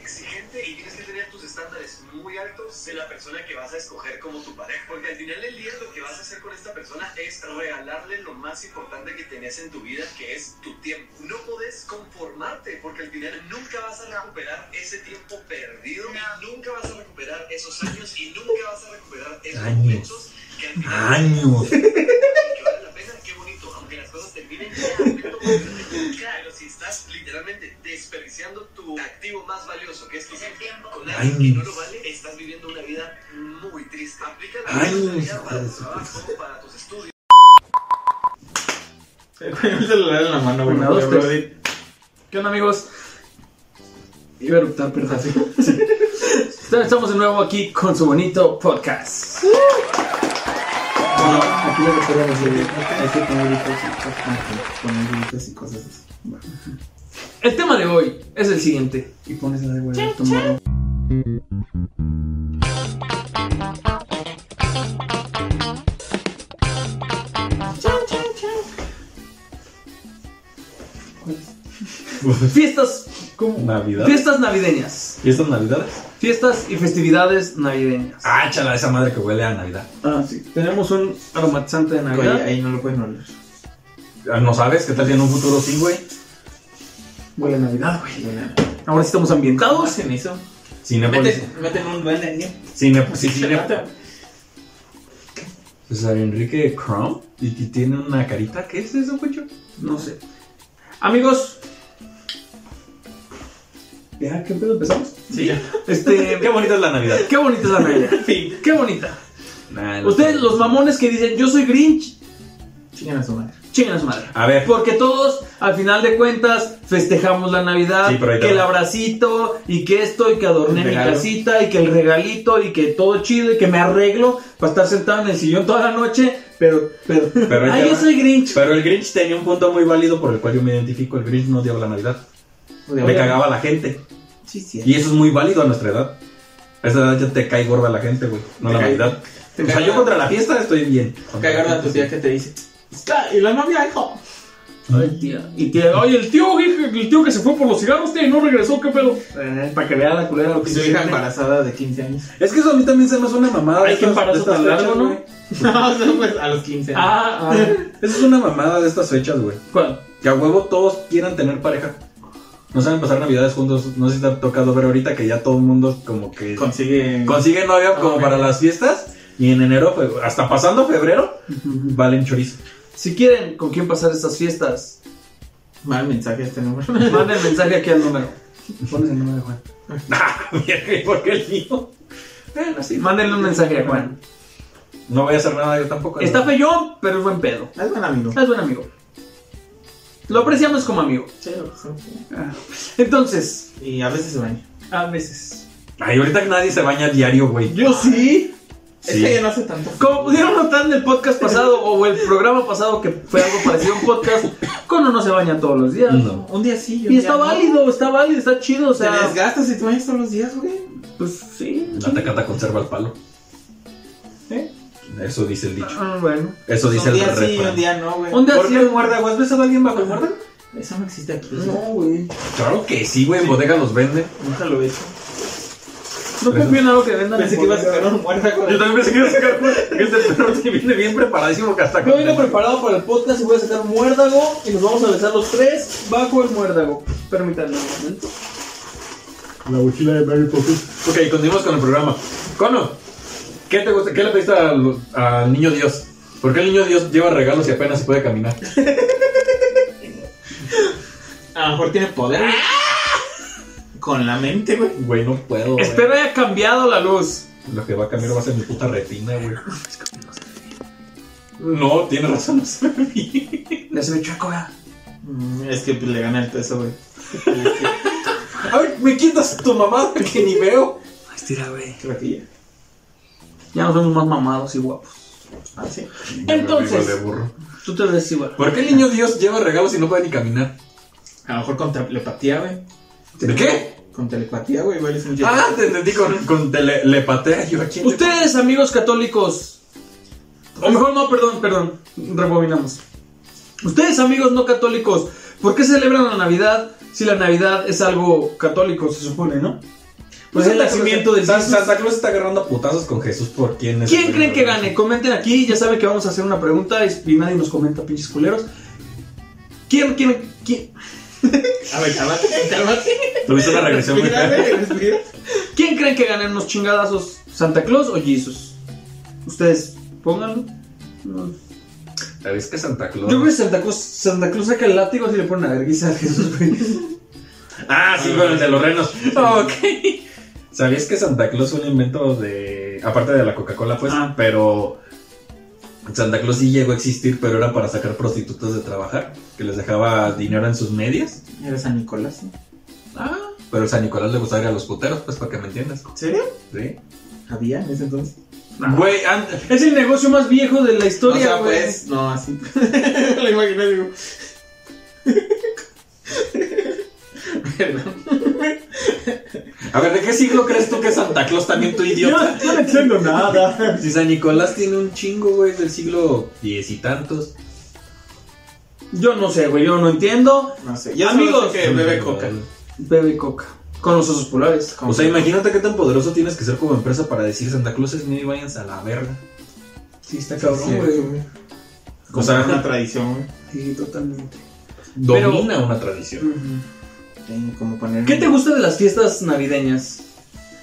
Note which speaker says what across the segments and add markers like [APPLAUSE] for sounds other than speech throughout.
Speaker 1: exigente y tienes que tener tus estándares muy altos de la persona que vas a escoger como tu pareja. Porque al final del día lo que vas a hacer con esta persona es regalarle lo más importante que tenés en tu vida, que es tu tiempo. No podés conformarte porque al final nunca vas a recuperar ese tiempo perdido, nunca vas a recuperar esos años y nunca vas a recuperar esos
Speaker 2: Años.
Speaker 1: momentos que al final...
Speaker 2: Años.
Speaker 1: que vale
Speaker 2: [LAUGHS]
Speaker 1: la pena, qué bonito, aunque las cosas terminen cada momento, porque, claro, si estás literalmente desperdiciando tu activo más valioso, que es tu
Speaker 3: Es el tiempo.
Speaker 1: con alguien que no lo vale, estás viviendo una vida muy triste. Aplica la
Speaker 2: Ay,
Speaker 1: responsabilidad para tu
Speaker 2: hijo de su
Speaker 1: trabajo, para tus estudios.
Speaker 4: El celular en la mano, güey.
Speaker 5: Una, dos,
Speaker 4: Ya,
Speaker 5: tres.
Speaker 4: brody.
Speaker 5: ¿Qué onda, amigos? Iba a eruptar, pero así. Sí. Estamos de nuevo aquí con su bonito podcast.
Speaker 2: Bueno, aquí lo que queremos decir, hay que poner gritos y cosas como que poner gritos y cosas así. Va.
Speaker 5: El tema de hoy es el siguiente.
Speaker 2: Y pones la de huevo tomorrow. ¿Cuál es?
Speaker 5: Fiestas, ¿cómo?
Speaker 4: Navidad.
Speaker 5: Fiestas navideñas.
Speaker 4: ¿Y estas navidades?
Speaker 5: Fiestas y festividades navideñas.
Speaker 4: Ah, chala, esa madre que huele a Navidad.
Speaker 2: Ah, sí.
Speaker 5: Tenemos un aromatizante de
Speaker 2: Oye,
Speaker 5: Navidad.
Speaker 2: ahí no lo pueden oler.
Speaker 4: Ah, ¿No sabes qué tal si en un futuro sí, güey?
Speaker 5: Huele a Navidad, güey. Ahora sí estamos ambientados.
Speaker 2: en eso?
Speaker 4: Cinépolis.
Speaker 2: Meten un duende en
Speaker 4: Cinépolis. Sí, Cinépolis. César Enrique Crumb. Y que tiene una carita. ¿Qué es eso, Pocho?
Speaker 5: No sé. Amigos,
Speaker 2: Ya, ¿qué pedo empezamos?
Speaker 4: Sí.
Speaker 5: este. [LAUGHS]
Speaker 4: Qué bonita es la Navidad.
Speaker 5: Qué bonita es la Navidad.
Speaker 2: Fin.
Speaker 5: Qué bonita.
Speaker 4: Nah, no
Speaker 5: Ustedes,
Speaker 4: sé.
Speaker 5: los mamones que dicen yo soy Grinch,
Speaker 2: Chingan a su madre.
Speaker 5: chingan a su madre.
Speaker 4: A ver.
Speaker 5: Porque todos, al final de cuentas, festejamos la Navidad,
Speaker 4: Sí, pero ahí te
Speaker 5: que el
Speaker 4: va.
Speaker 5: abracito, y que esto, y que adorné
Speaker 4: El
Speaker 5: mi
Speaker 4: regalo.
Speaker 5: casita, y que el regalito, y que todo chido, y que me arreglo para estar sentado en el sillón toda la noche, pero, pero,
Speaker 4: Pero ahí
Speaker 5: [LAUGHS] ay,
Speaker 4: te
Speaker 5: yo
Speaker 4: va.
Speaker 5: soy Grinch.
Speaker 4: Pero el Grinch tenía un punto muy válido por el cual yo me identifico. El Grinch no odiaba la Navidad.
Speaker 2: Oye,
Speaker 4: Le cagaba a la gente.
Speaker 2: Sí, sí.
Speaker 4: Y eso es muy válido a nuestra edad. A esa edad ya te cae gorda la gente, güey. No
Speaker 2: Te
Speaker 4: la
Speaker 2: cae-
Speaker 4: Navidad.
Speaker 2: te
Speaker 4: o sea,
Speaker 2: cae
Speaker 4: yo
Speaker 2: gorda.
Speaker 4: contra la fiesta estoy bien.
Speaker 2: Cagaron a tu tía que te dice. "Está- Y la novia, hijo.
Speaker 5: Ay, tía. Y tía, ay, el tío, hijo, el tío que se fue por los cigarros, tía, y no regresó, qué pedo.
Speaker 2: para que vea la culera lo
Speaker 5: que
Speaker 2: que su
Speaker 5: se
Speaker 2: hija
Speaker 5: siente.
Speaker 2: embarazada de 15 años.
Speaker 4: Es que eso a mí también se me hace una mamada.
Speaker 5: Ay,
Speaker 4: de
Speaker 5: qué
Speaker 4: estas- de
Speaker 5: embarazo
Speaker 4: estas
Speaker 5: tan
Speaker 4: fechas,
Speaker 5: largo, ¿no?
Speaker 4: güey.
Speaker 2: [LAUGHS] No, o sea, pues a los 15 años.
Speaker 5: Ah, ah,
Speaker 4: Eso es una mamada de estas fechas, güey.
Speaker 5: ¿cuál?
Speaker 4: Que a huevo todos quieran tener pareja. No saben pasar navidades juntos. No sé si te ha tocado ver ahorita que ya todo el mundo como que
Speaker 2: Ah, Consigue.
Speaker 4: consigue novia
Speaker 2: Ah,
Speaker 4: como
Speaker 2: güey.
Speaker 4: para las fiestas. Y en enero, pues, hasta pasando febrero, valen chorizo.
Speaker 5: Si quieren con quién pasar estas fiestas,
Speaker 2: Mal mensaje este número. [LAUGHS]
Speaker 5: manden mensaje aquí al número.
Speaker 2: Pones el número de Juan.
Speaker 4: [LAUGHS] ¿Por qué el mío?
Speaker 5: Bueno, sí, mándenle un mensaje a Juan.
Speaker 4: No voy a hacer nada yo tampoco.
Speaker 5: Está
Speaker 4: ¿no?
Speaker 5: feyón, pero es buen pedo.
Speaker 2: Es buen amigo.
Speaker 5: Es buen amigo. Lo apreciamos como amigo.
Speaker 2: Sí, lo que sea.
Speaker 5: Entonces,
Speaker 2: Y a veces se baña.
Speaker 5: a veces.
Speaker 4: Ay, ahorita que nadie se baña diario, güey.
Speaker 5: Yo sí.
Speaker 2: Es que
Speaker 4: Sí.
Speaker 2: ya no hace tanto.
Speaker 5: Como pudieron notar en el podcast pasado o el programa pasado que fue algo parecido a un podcast, Cono no se baña todos los días.
Speaker 4: No.
Speaker 2: Un día sí.
Speaker 5: Y está válido, está válido, está chido. O
Speaker 2: Se
Speaker 5: sea,
Speaker 2: desgasta si te bañas todos los días, güey.
Speaker 5: pues sí.
Speaker 4: La tacata conserva el palo.
Speaker 2: ¿Eh?
Speaker 4: Eso dice el dicho.
Speaker 5: Ah, bueno.
Speaker 4: Eso dice el
Speaker 2: un día sí y
Speaker 4: refrán.
Speaker 2: un día no, güey.
Speaker 5: Un día
Speaker 4: ¿Por
Speaker 5: sí,
Speaker 4: qué el muérdago? ¿Has besado a alguien bajo el muérdago?
Speaker 2: Eso no existe aquí.
Speaker 5: güey.
Speaker 4: Claro que sí, güey. En bodega los venden.
Speaker 2: Nunca lo he hecho.
Speaker 5: No confío en algo que vendan.
Speaker 2: Pensé
Speaker 5: en
Speaker 2: que ibas a
Speaker 5: bodega.
Speaker 2: sacar un muérdago.
Speaker 4: Yo también pensé que iba a sacar que este perro te viene bien preparadísimo que hasta
Speaker 5: Yo vine preparado para el podcast y voy a sacar un muérdago y nos vamos a besar los tres bajo el muérdago. Permítanme un momento.
Speaker 4: La mochila de Mary Poppins. Ok, continuamos con el programa. Cono, ¿qué te gusta? ¿Qué le pediste al, al niño Dios? ¿Por qué el niño Dios lleva regalos y apenas puede caminar?
Speaker 2: A lo mejor tiene poder. güey. ¡Ah! Con la mente, güey.
Speaker 4: Güey, no puedo. güey.
Speaker 5: Espero haya cambiado la luz.
Speaker 4: Lo que va a cambiar va a ser mi puta retina, güey. No, tienes razón, no se ve bien.
Speaker 5: Ya se me chueco, ¿verdad?
Speaker 2: Mm, Es que le gana el peso, [LAUGHS] güey.
Speaker 4: A ver, me quitas tu mamá que ni veo.
Speaker 5: Ay, Estira, güey.
Speaker 2: Creo que ya.
Speaker 5: Ya nos vemos más mamados y guapos.
Speaker 2: Ah, sí.
Speaker 5: Entonces.
Speaker 4: Igual de burro.
Speaker 5: Tú te ves igual.
Speaker 4: ¿Por qué el niño Dios lleva regalos y no puede ni caminar?
Speaker 2: A lo mejor con telepatía, güey.
Speaker 4: ¿De qué?
Speaker 2: Con telepatía, güey. Igual es un Jedi.
Speaker 4: Ah, te entendí con, con tele- le patea yo aquí.
Speaker 5: Ustedes, amigos católicos. O mejor no, perdón, perdón. Rebobinamos. Ustedes, amigos no católicos, ¿por qué celebran la Navidad si la Navidad es algo católico, se supone, no? Pues el nacimiento del
Speaker 4: San-
Speaker 5: Jesús.
Speaker 4: Santa Claus está agarrando a putazos con Jesús por quién es.
Speaker 5: ¿Quién
Speaker 4: el
Speaker 5: creen que
Speaker 4: verdadero.
Speaker 5: gane? Comenten aquí, ya saben que vamos a hacer una pregunta y y nadie nos comenta, pinches culeros. ¿Quién, quién, quién,
Speaker 2: A ver, cálmate,
Speaker 4: [LAUGHS]
Speaker 2: cálmate.
Speaker 4: Tuviste Pues una regresión muy
Speaker 2: Respira,
Speaker 4: fea.
Speaker 2: güey, respira.
Speaker 5: quién creen que ganen unos chingadazos? ¿Santa Claus o Jesus? Ustedes, pónganlo. No.
Speaker 4: ¿Sabes que Santa Claus?
Speaker 5: Yo creo que Santa Claus, Santa Claus saca el látigo y le pone una vergüenza a Jesús, güey.
Speaker 4: Ah, sí, con el de los renos. ¿Sabías que Santa Claus fue un invento de. aparte de la Coca-Cola, pues?
Speaker 5: Ah.
Speaker 4: Pero. Santa Claus sí llegó a existir, pero era para sacar prostitutas de trabajar, que les dejaba dinero en sus medias.
Speaker 6: Era San Nicolás. ¿no?
Speaker 5: Ah,
Speaker 4: Pero a San Nicolás le gustaba ir a los puteros, pues, para que me entiendas.
Speaker 2: ¿En serio?
Speaker 4: ¿Sí?
Speaker 6: Había en ese entonces.
Speaker 4: Güey, an-
Speaker 5: es el negocio más viejo de la
Speaker 6: No, o
Speaker 5: historia,
Speaker 6: sea,
Speaker 5: güey.
Speaker 6: pues, no,
Speaker 2: [LAUGHS]
Speaker 6: así.
Speaker 2: Lo imaginé, digo.
Speaker 4: A ver, ¿de qué siglo crees tú que Santa Claus también tu idiota?
Speaker 2: Yo no entiendo nada.
Speaker 4: Si San Nicolás tiene un chingo, güey, del siglo diez y tantos.
Speaker 5: Yo no sé, güey, yo no entiendo.
Speaker 6: No sé.
Speaker 2: Ya
Speaker 5: Amigos.
Speaker 2: amigos que bebe coca.
Speaker 5: Bebe coca. Con los osos polares.
Speaker 4: O sea, imagínate qué tan poderoso tienes que ser como empresa para decir Santa Claus es mío y váyanse a la verga.
Speaker 5: Sí, está
Speaker 6: Sí,
Speaker 5: cabrón, güey.
Speaker 6: güey.
Speaker 4: O
Speaker 2: Es una
Speaker 4: sea,
Speaker 2: tradición, güey.
Speaker 5: Sí, totalmente.
Speaker 4: domina una tradición.
Speaker 6: Tengo como poner.
Speaker 5: ¿Qué te gusta de las fiestas navideñas?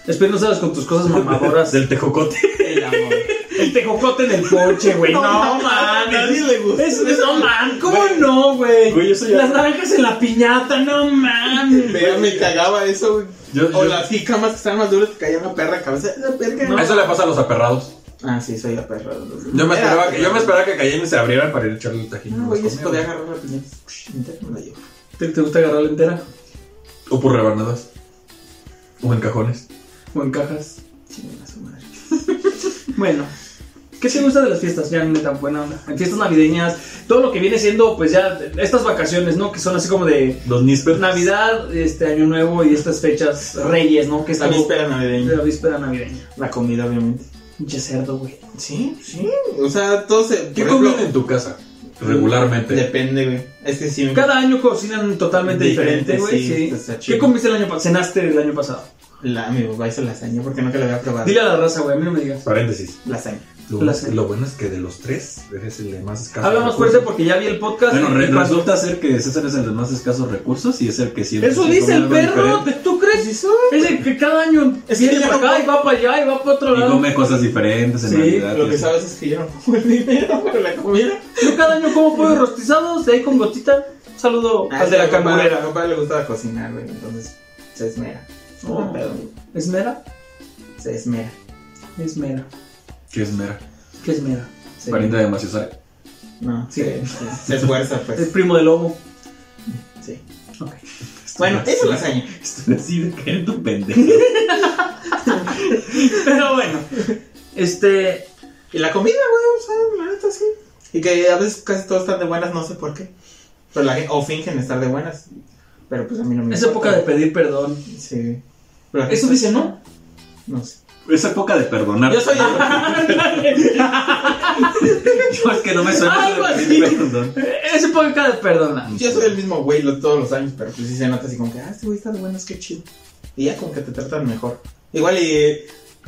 Speaker 5: Espero no sabes con tus cosas mamadoras. [LAUGHS]
Speaker 4: Del tejocote.
Speaker 5: El
Speaker 4: [LAUGHS]
Speaker 5: amor. El tejocote en el coche, güey. No,
Speaker 2: A
Speaker 5: mames.
Speaker 2: nadie le gusta.
Speaker 5: Es, es- no man, ¿cómo no, güey?
Speaker 4: Güey, yo soy-
Speaker 5: Las naranjas en la piñata, no mames.
Speaker 2: Pero me cagaba eso, güey.
Speaker 4: Yo-
Speaker 2: O
Speaker 4: yo-
Speaker 2: las jícamas que estaban más duras te caía una perra de cabeza. La perra.
Speaker 5: No.
Speaker 4: Eso le pasa a los aperrados.
Speaker 6: Ah, sí, soy aperrado.
Speaker 4: Yo me
Speaker 2: Era
Speaker 4: esperaba que, yo me
Speaker 2: aperrado.
Speaker 4: esperaba que cayeran y se abrieran para ir a echarle el tajín.
Speaker 6: No,
Speaker 4: No,
Speaker 6: güey, yo
Speaker 4: los
Speaker 6: sí
Speaker 4: comía,
Speaker 6: podía
Speaker 4: güey.
Speaker 6: agarrar la piñata. Mira, me la llevo.
Speaker 5: ¿Te, te gusta agarrarla entera?
Speaker 4: o por rebanadas. O en cajones.
Speaker 5: ¿O en cajas?
Speaker 6: Chinguen a su madre.
Speaker 5: [LAUGHS] Bueno. ¿Qué te gusta de las fiestas? Ya no tan buena onda. En fiestas navideñas, todo lo que viene siendo, pues ya, estas vacaciones, ¿no? Que son así como de pues,
Speaker 4: Los Nisper.
Speaker 5: Navidad, este Año Nuevo y estas fechas reyes, ¿no? Que es
Speaker 2: La
Speaker 5: como-
Speaker 2: víspera navideña.
Speaker 5: La víspera navideña.
Speaker 6: La comida, obviamente.
Speaker 5: Pinche cerdo, güey.
Speaker 2: Sí, sí. O sea, todo se.
Speaker 4: ¿Qué
Speaker 2: por
Speaker 4: comen
Speaker 2: ejemplo,
Speaker 4: en tu casa? Regularmente.
Speaker 2: Depende, güey. Es que sí.
Speaker 5: Cada año cocinan totalmente diferente,
Speaker 2: Diferente,
Speaker 5: güey.
Speaker 2: sí,
Speaker 5: Sí.
Speaker 2: está chido.
Speaker 5: ¿Qué comiste el año pasado? ¿Cenaste el año pasado?
Speaker 2: La, mi papá hizo lasaña porque nunca la había probado.
Speaker 5: Dile a la raza, güey, a mí no me digas.
Speaker 4: Paréntesis.
Speaker 2: Lasaña.
Speaker 4: Lo,
Speaker 5: Las-
Speaker 4: lo bueno es que de los tres, eres el de más escaso.
Speaker 5: Habla más fuerte
Speaker 4: recursos.
Speaker 5: porque ya vi el podcast.
Speaker 4: Bueno,
Speaker 5: y-
Speaker 4: re-
Speaker 5: y cuando-
Speaker 4: resulta ser que César es el de más escasos recursos y es el que siempre.
Speaker 5: Eso
Speaker 4: se
Speaker 5: dice
Speaker 4: come
Speaker 5: el
Speaker 4: algo
Speaker 5: perro,
Speaker 4: diferente
Speaker 5: ¿tú crees?
Speaker 2: eso?
Speaker 5: Es el que cada año
Speaker 2: Es que
Speaker 5: viene
Speaker 2: ya
Speaker 5: para
Speaker 2: no
Speaker 5: acá y va para allá y va para otro
Speaker 4: Y
Speaker 5: lado.
Speaker 4: come cosas diferentes en
Speaker 5: Sí,
Speaker 4: Navidad.
Speaker 2: Lo
Speaker 4: y
Speaker 2: que
Speaker 4: así.
Speaker 2: sabes es que yo no pongo el dinero [LAUGHS] para la comida.
Speaker 5: Yo cada año como pollo rostizado, de ahí con gotita. Un saludo al Ah, de la
Speaker 2: A mi
Speaker 5: camburera.
Speaker 2: papá le gusta cocinar, güey. Entonces se esmera.
Speaker 5: Oh.
Speaker 2: No, pedo, güey.
Speaker 5: ¿Es mera?
Speaker 2: Se esmera.
Speaker 5: Es mera.
Speaker 4: Que es mera.
Speaker 5: ¿Qué es mera?
Speaker 2: Se-
Speaker 4: Pariente de Maciosare.
Speaker 2: No,
Speaker 5: Sí.
Speaker 2: se, se- se esfuerza,
Speaker 5: El
Speaker 2: pues.
Speaker 5: primo del lobo.
Speaker 2: Sí.
Speaker 5: Ok.
Speaker 2: Bueno, eso es lasaña.
Speaker 4: [LAUGHS] Estoy así de que eres un pendejo.
Speaker 5: [LAUGHS] Pero bueno, este.
Speaker 2: Y la comida, güey, o sea, la neta sí. Y que a veces casi todos están de buenas, no sé por qué. Pero la gente, o fingen estar de buenas. Pero pues a mí no me
Speaker 5: Es
Speaker 2: importa.
Speaker 5: época de pedir perdón.
Speaker 2: Sí. Pero la
Speaker 5: Eso
Speaker 2: gente-
Speaker 5: dice, ¿no?
Speaker 2: No sé.
Speaker 4: Es época de perdonar.
Speaker 2: Yo soy
Speaker 5: [LAUGHS]
Speaker 2: el...
Speaker 4: [LAUGHS] Yo es que no me suena
Speaker 5: Algo
Speaker 4: de
Speaker 5: así.
Speaker 4: pedir perdón.
Speaker 5: Es época de perdonar.
Speaker 2: Yo soy el mismo güey lo- todos los años, pero pues sí se nota así como que, ah, este güey está de buenas, qué chido. Y ya como que te tratan mejor. Igual y eh,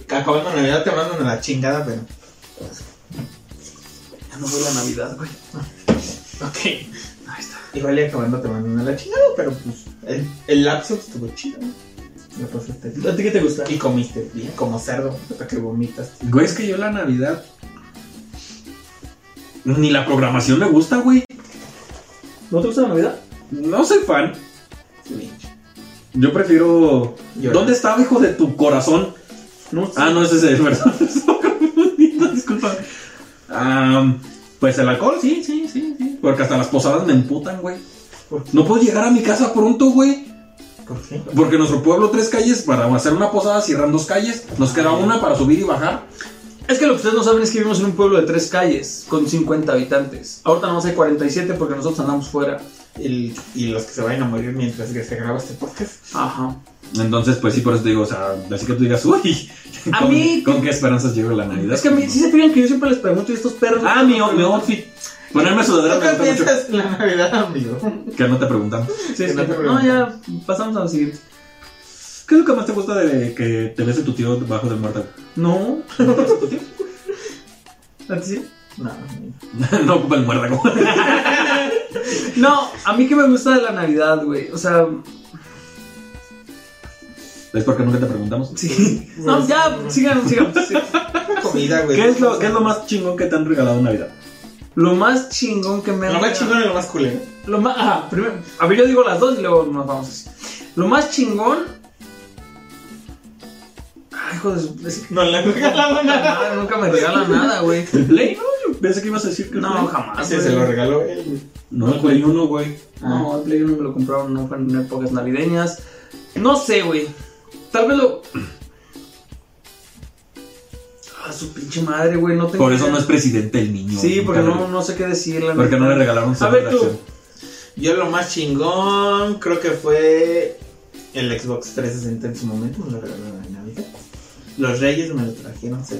Speaker 2: acabando Navidad te mandan a la chingada, pero.
Speaker 5: Ya no voy a la Navidad, güey. Ok. Ahí está.
Speaker 2: Igual y acabando te mandan a la chingada, pero pues el, el lapso estuvo chido, ¿no? Lo pasaste bien.
Speaker 5: ¿A ti qué te gusta?
Speaker 2: Y comiste bien, como cerdo, hasta que vomitas.
Speaker 4: Güey, es que yo la Navidad. Ni la programación me gusta, güey.
Speaker 5: ¿No te gusta la Navidad?
Speaker 4: No soy fan.
Speaker 2: Sí.
Speaker 4: Yo prefiero.
Speaker 2: Llorar.
Speaker 4: ¿Dónde estaba, hijo de tu corazón?
Speaker 5: No.
Speaker 4: Ah, no, ese es el perdón. [LAUGHS] Estaba confundido, disculpa. Am, pues el alcohol, sí, sí, sí, sí. Porque hasta las posadas me emputan, güey.
Speaker 2: ¿Por qué?
Speaker 4: No puedo llegar a mi casa pronto, güey.
Speaker 2: ¿Por qué?
Speaker 4: Porque nuestro pueblo, tres calles, para hacer una posada cierran dos calles. Nos queda una para subir y bajar.
Speaker 5: Es que lo que ustedes no saben es que vivimos en un pueblo de tres calles con 50 habitantes. Ahorita nomás hay 47 porque nosotros andamos fuera.
Speaker 2: El- y los que se vayan a morir mientras que se graba este podcast.
Speaker 5: Ajá.
Speaker 4: Entonces, pues sí, por eso te digo, o sea, así que tú digas, uy, [LAUGHS]
Speaker 5: A
Speaker 4: ¿con,
Speaker 5: mí-
Speaker 4: ¿con qué esperanzas llega la Navidad?
Speaker 5: Es que a mí, si se fijan que yo siempre les pregunto y estos perros.
Speaker 4: Ah, mi, mi outfit. Ponerme sudadera me
Speaker 2: ¿Tú qué
Speaker 4: gusta mucho.
Speaker 2: piensas en la Navidad, amigo?
Speaker 4: Que no te preguntan.
Speaker 5: Sí, sí.
Speaker 2: Que no te
Speaker 5: No, ya pasamos a lo siguiente.
Speaker 4: ¿Qué es lo que más te gusta de que te bese tu tío debajo del muerto?
Speaker 5: No,
Speaker 4: ¿No te besa tu tío?
Speaker 5: [LAUGHS] ¿a ti sí?
Speaker 2: No,
Speaker 4: [LAUGHS] no ocupa el muérdago.
Speaker 5: No, a mí que me gusta de la Navidad, güey. O sea,
Speaker 4: ¿Ves por qué nunca te preguntamos?
Speaker 5: sí. [LAUGHS] No, ya, sigan, sigan. sí.
Speaker 2: comida, güey.
Speaker 4: ¿Qué es, lo, ¿Qué es lo más chingón que te han regalado en Navidad?
Speaker 5: Lo más chingón que me han
Speaker 2: Lo más
Speaker 5: regalado-
Speaker 2: chingón y lo más culero.
Speaker 5: Lo más. Ajá, primero. A ver, yo digo las dos y luego nos vamos así. Lo más chingón. Ay, hijo de su.
Speaker 2: [LAUGHS]
Speaker 5: es que
Speaker 2: No le han regalado nada.
Speaker 5: nada, nunca me regalan nada, güey.
Speaker 4: ¿El Play? No, yo pensé que ibas a decir que el
Speaker 5: No,
Speaker 4: Play.
Speaker 5: jamás.
Speaker 2: Ah, Sí,
Speaker 5: güey.
Speaker 2: se lo regaló él, güey.
Speaker 4: No, el Play 1, güey. Ah.
Speaker 5: No, el Play uno me lo compraron no fue en épocas navideñas. No sé, güey. Tal vez lo. Ah, su pinche madre, güey. No tengo.
Speaker 4: Por eso
Speaker 5: idea.
Speaker 4: no es presidente el niño.
Speaker 5: Sí, porque
Speaker 4: Nunca
Speaker 5: no,
Speaker 4: le-
Speaker 5: no sé qué decirle.
Speaker 4: Porque no le regalaron
Speaker 5: A ver,
Speaker 4: celular,
Speaker 5: tú.
Speaker 4: sí.
Speaker 2: Yo lo más chingón creo que fue el Xbox 360 en su momento, me lo regalaron en Navidad. Los Reyes me lo trajeron, sí.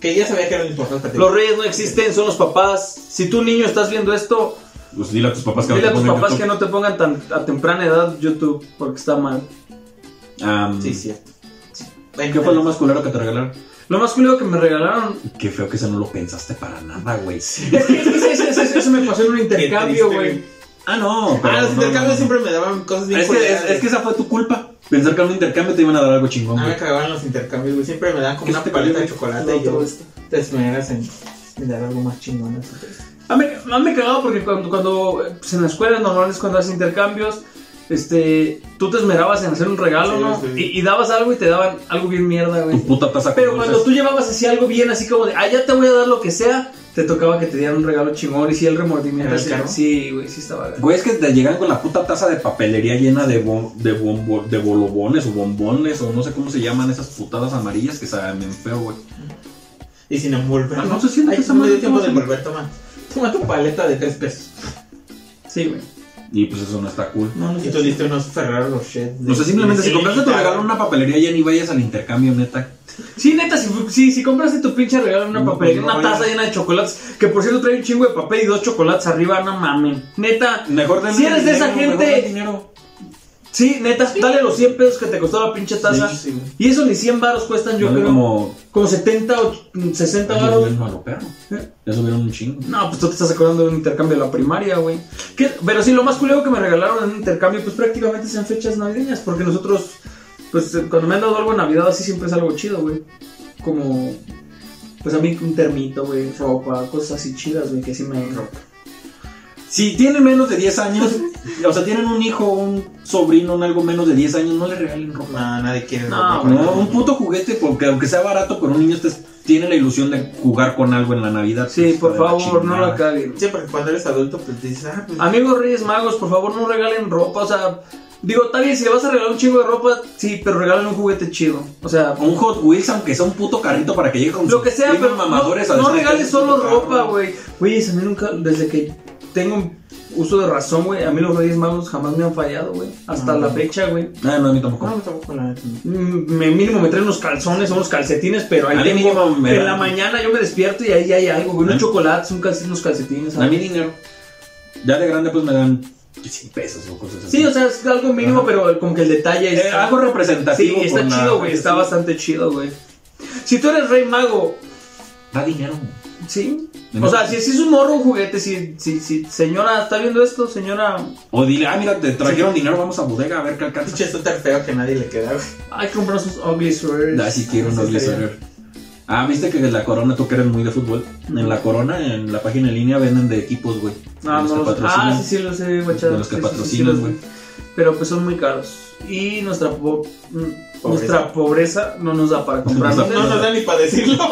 Speaker 2: Que ya sabía que era lo importante. para ti.
Speaker 5: Los reyes no existen, son los papás. Si tú, niño, estás viendo esto,
Speaker 4: Pues dile a tus papás que
Speaker 5: Dile a tus
Speaker 4: pongan
Speaker 5: papás que
Speaker 4: YouTube.
Speaker 5: no te pongan tan a temprana edad YouTube porque está mal.
Speaker 4: Am,
Speaker 2: Sí, cierto.
Speaker 4: ¿Qué fue lo más culero que te regalaron?
Speaker 5: Lo más culero que me regalaron.
Speaker 4: Qué feo que ese no lo pensaste para nada, güey.
Speaker 5: Es que, es que ese- ese- ese- eso me pasó en un
Speaker 2: triste,
Speaker 5: intercambio, güey.
Speaker 2: güey.
Speaker 4: Ah, no. pero
Speaker 2: Ah, los
Speaker 4: no,
Speaker 2: intercambios
Speaker 4: no, no.
Speaker 2: siempre me daban cosas bien
Speaker 4: Es que, es,
Speaker 2: culeras,
Speaker 4: es que esa fue tu culpa. Pensar que en un intercambio te iban a dar algo chingón,
Speaker 2: Ah, me
Speaker 4: güey.
Speaker 2: cagaban los intercambios, güey. Siempre me daban como
Speaker 5: ¿Qué
Speaker 2: una
Speaker 5: te
Speaker 2: paleta de
Speaker 5: cayó?
Speaker 2: chocolate y
Speaker 5: No, todo
Speaker 2: yo
Speaker 5: esto.
Speaker 2: te esmeras en, en dar algo más chingón. así que-
Speaker 5: Ah, me, ah, me cagaba porque cuando, cuando eh, pues en la escuela normal es cuando haces intercambios, este, tú te esmerabas en hacer un regalo,
Speaker 2: Sí,
Speaker 5: ¿no?
Speaker 2: sí.
Speaker 5: Y, y dabas algo y te daban algo bien mierda, güey.
Speaker 4: Tu puta taza. con
Speaker 5: Pero cuando
Speaker 4: dulces.
Speaker 5: tú llevabas así algo bien, así como de, ah, ya te voy a dar lo que sea, te tocaba que te dieran un regalo chingón y sí, el remordimiento.
Speaker 2: ¿Era el
Speaker 5: así-
Speaker 2: caro?
Speaker 5: Sí, güey, sí estaba.
Speaker 4: Güey, es que te llegan con la puta taza de papelería llena de, bom- de, bombo- de bolobones o bombones o no sé cómo se llaman esas putadas amarillas que saben feo, güey.
Speaker 2: Y sin envolver.
Speaker 4: Ah, no se siente
Speaker 2: Ay,
Speaker 4: esa
Speaker 2: no me dio
Speaker 4: madre,
Speaker 2: tiempo de
Speaker 4: ¿cómo se-
Speaker 2: envolver, toma. Toma tu paleta de tres pesos.
Speaker 5: Sí, güey.
Speaker 4: Y pues eso no está cool.
Speaker 2: No, no, y tú diste unos Ferrero Rocher. de-
Speaker 4: No sé, simplemente
Speaker 2: de
Speaker 4: si compraste tu
Speaker 2: cerita.
Speaker 4: regalo en una papelería ya ni vayas al intercambio, neta.
Speaker 5: Sí, neta, si, fu- sí, si compraste tu pinche regalo en una
Speaker 4: No,
Speaker 5: papelería,
Speaker 4: pues no,
Speaker 5: una
Speaker 4: vaya.
Speaker 5: taza llena de chocolates, que por cierto trae un chingo de papel y dos chocolates arriba, no mamen. Neta,
Speaker 4: Mejor denle
Speaker 5: Si eres de
Speaker 4: dinero,
Speaker 5: esa
Speaker 4: mejor
Speaker 5: gente-
Speaker 4: denle dinero.
Speaker 5: sí, neta, dale los 100 pesos que te costó la pinche taza.
Speaker 2: Sí, sí, güey.
Speaker 5: Y eso ni 100 baros cuestan, yo
Speaker 4: Dale
Speaker 5: creo, como...
Speaker 4: como.
Speaker 5: 70 o 60
Speaker 4: Ay,
Speaker 5: baros.
Speaker 4: Dios mío, a lo perro. Ya subieron un chingo.
Speaker 5: No, pues tú te estás acordando de un intercambio de la primaria, güey. ¿Qué? Pero sí, lo más culero que me regalaron en un intercambio, pues prácticamente es en fechas navideñas, porque nosotros, pues eh, cuando me han dado algo en Navidad, así siempre es algo chido, güey. Como, pues a mí un termito, güey, ropa, cosas así chidas, güey, que sí me ropa.
Speaker 4: Si tienen menos de 10 años, o sea, tienen un hijo, un sobrino, un algo menos de 10 años, no le regalen ropa.
Speaker 2: No, nadie quiere.
Speaker 5: No,
Speaker 4: No, un puto juguete, porque aunque sea barato, pero un niño este tiene la ilusión de jugar con algo en la Navidad.
Speaker 5: Sí, por
Speaker 4: Hijo de la
Speaker 5: favor, no la
Speaker 4: chingada.
Speaker 5: caguen.
Speaker 2: Sí, porque cuando eres adulto, pues dices, ah, pues.
Speaker 5: Amigos Reyes Magos, por favor, no regalen ropa, o sea, digo, tal vez si le vas a regalar un chingo de ropa, sí, pero regalen un juguete chido, o sea...
Speaker 4: Un Hot Wheels, aunque sea un puto carrito para que llegue con
Speaker 5: Lo
Speaker 4: sus
Speaker 5: que sea,
Speaker 4: primos
Speaker 5: pero no,
Speaker 4: mamadores a
Speaker 5: no
Speaker 4: decirle,
Speaker 5: regales
Speaker 4: "Ten
Speaker 5: solo
Speaker 4: tu carro".
Speaker 5: ropa, güey. Güey, a mí nunca, desde que tengo uso de razón, güey, a mí los Reyes Magos jamás me han fallado, güey. Hasta
Speaker 2: No.
Speaker 5: la fecha, güey.
Speaker 4: Ah, no, a mí tampoco.
Speaker 2: No, no, tampoco la neta, no.
Speaker 5: Mm, Me mínimo me traen unos calzones, unos calcetines, pero ahí
Speaker 4: A mí
Speaker 5: tengo,
Speaker 4: mínimo me
Speaker 5: en
Speaker 4: dan-
Speaker 5: la mañana yo me despierto y ahí hay algo, güey.
Speaker 4: ¿Eh?
Speaker 5: Unos chocolates, un calcetín, unos calcetines.
Speaker 4: A mí
Speaker 5: algo.
Speaker 4: dinero. Ya de grande, pues me dan 100 pesos o cosas así.
Speaker 5: Sí, o sea, es algo mínimo,
Speaker 4: Ajá.
Speaker 5: pero como que el detalle es
Speaker 4: Eh, algo representativo.
Speaker 5: Sí, está
Speaker 4: por la-
Speaker 5: chido, güey. Está bastante chido, güey. Si tú eres Rey Mago,
Speaker 4: Da dinero.
Speaker 5: sí.
Speaker 4: De
Speaker 5: O sea,
Speaker 4: nada.
Speaker 5: si, si es un morro, un juguete, si, si, si, señora, ¿está viendo esto? Señora,
Speaker 4: O dile, ah, mira, te trajeron dinero, vamos a bodega a ver qué alcanza.
Speaker 2: Pinche suéter feo que nadie le queda, güey.
Speaker 5: Hay que comprar sus ugly sweaters.
Speaker 4: Ah, sí quiero un
Speaker 2: Sí,
Speaker 4: ugly
Speaker 2: estaría.
Speaker 4: sweater. Ah, viste que en la corona, tú que eres muy de fútbol, en la corona, en la página en línea venden de equipos, güey.
Speaker 5: Ah,
Speaker 4: De los
Speaker 5: no
Speaker 4: que
Speaker 5: los-
Speaker 4: patrocinan.
Speaker 5: ah, sí, sí, los he guachado.
Speaker 4: De los que
Speaker 5: Sí, sí, sí, sí,
Speaker 4: patrocinan,
Speaker 5: los-
Speaker 4: güey.
Speaker 5: Pero pues son muy caros. Y nuestra, po- mm,
Speaker 2: Pobreza.
Speaker 5: nuestra pobreza no nos da para comprar.
Speaker 4: nos da-
Speaker 2: No nos da ni para decirlo.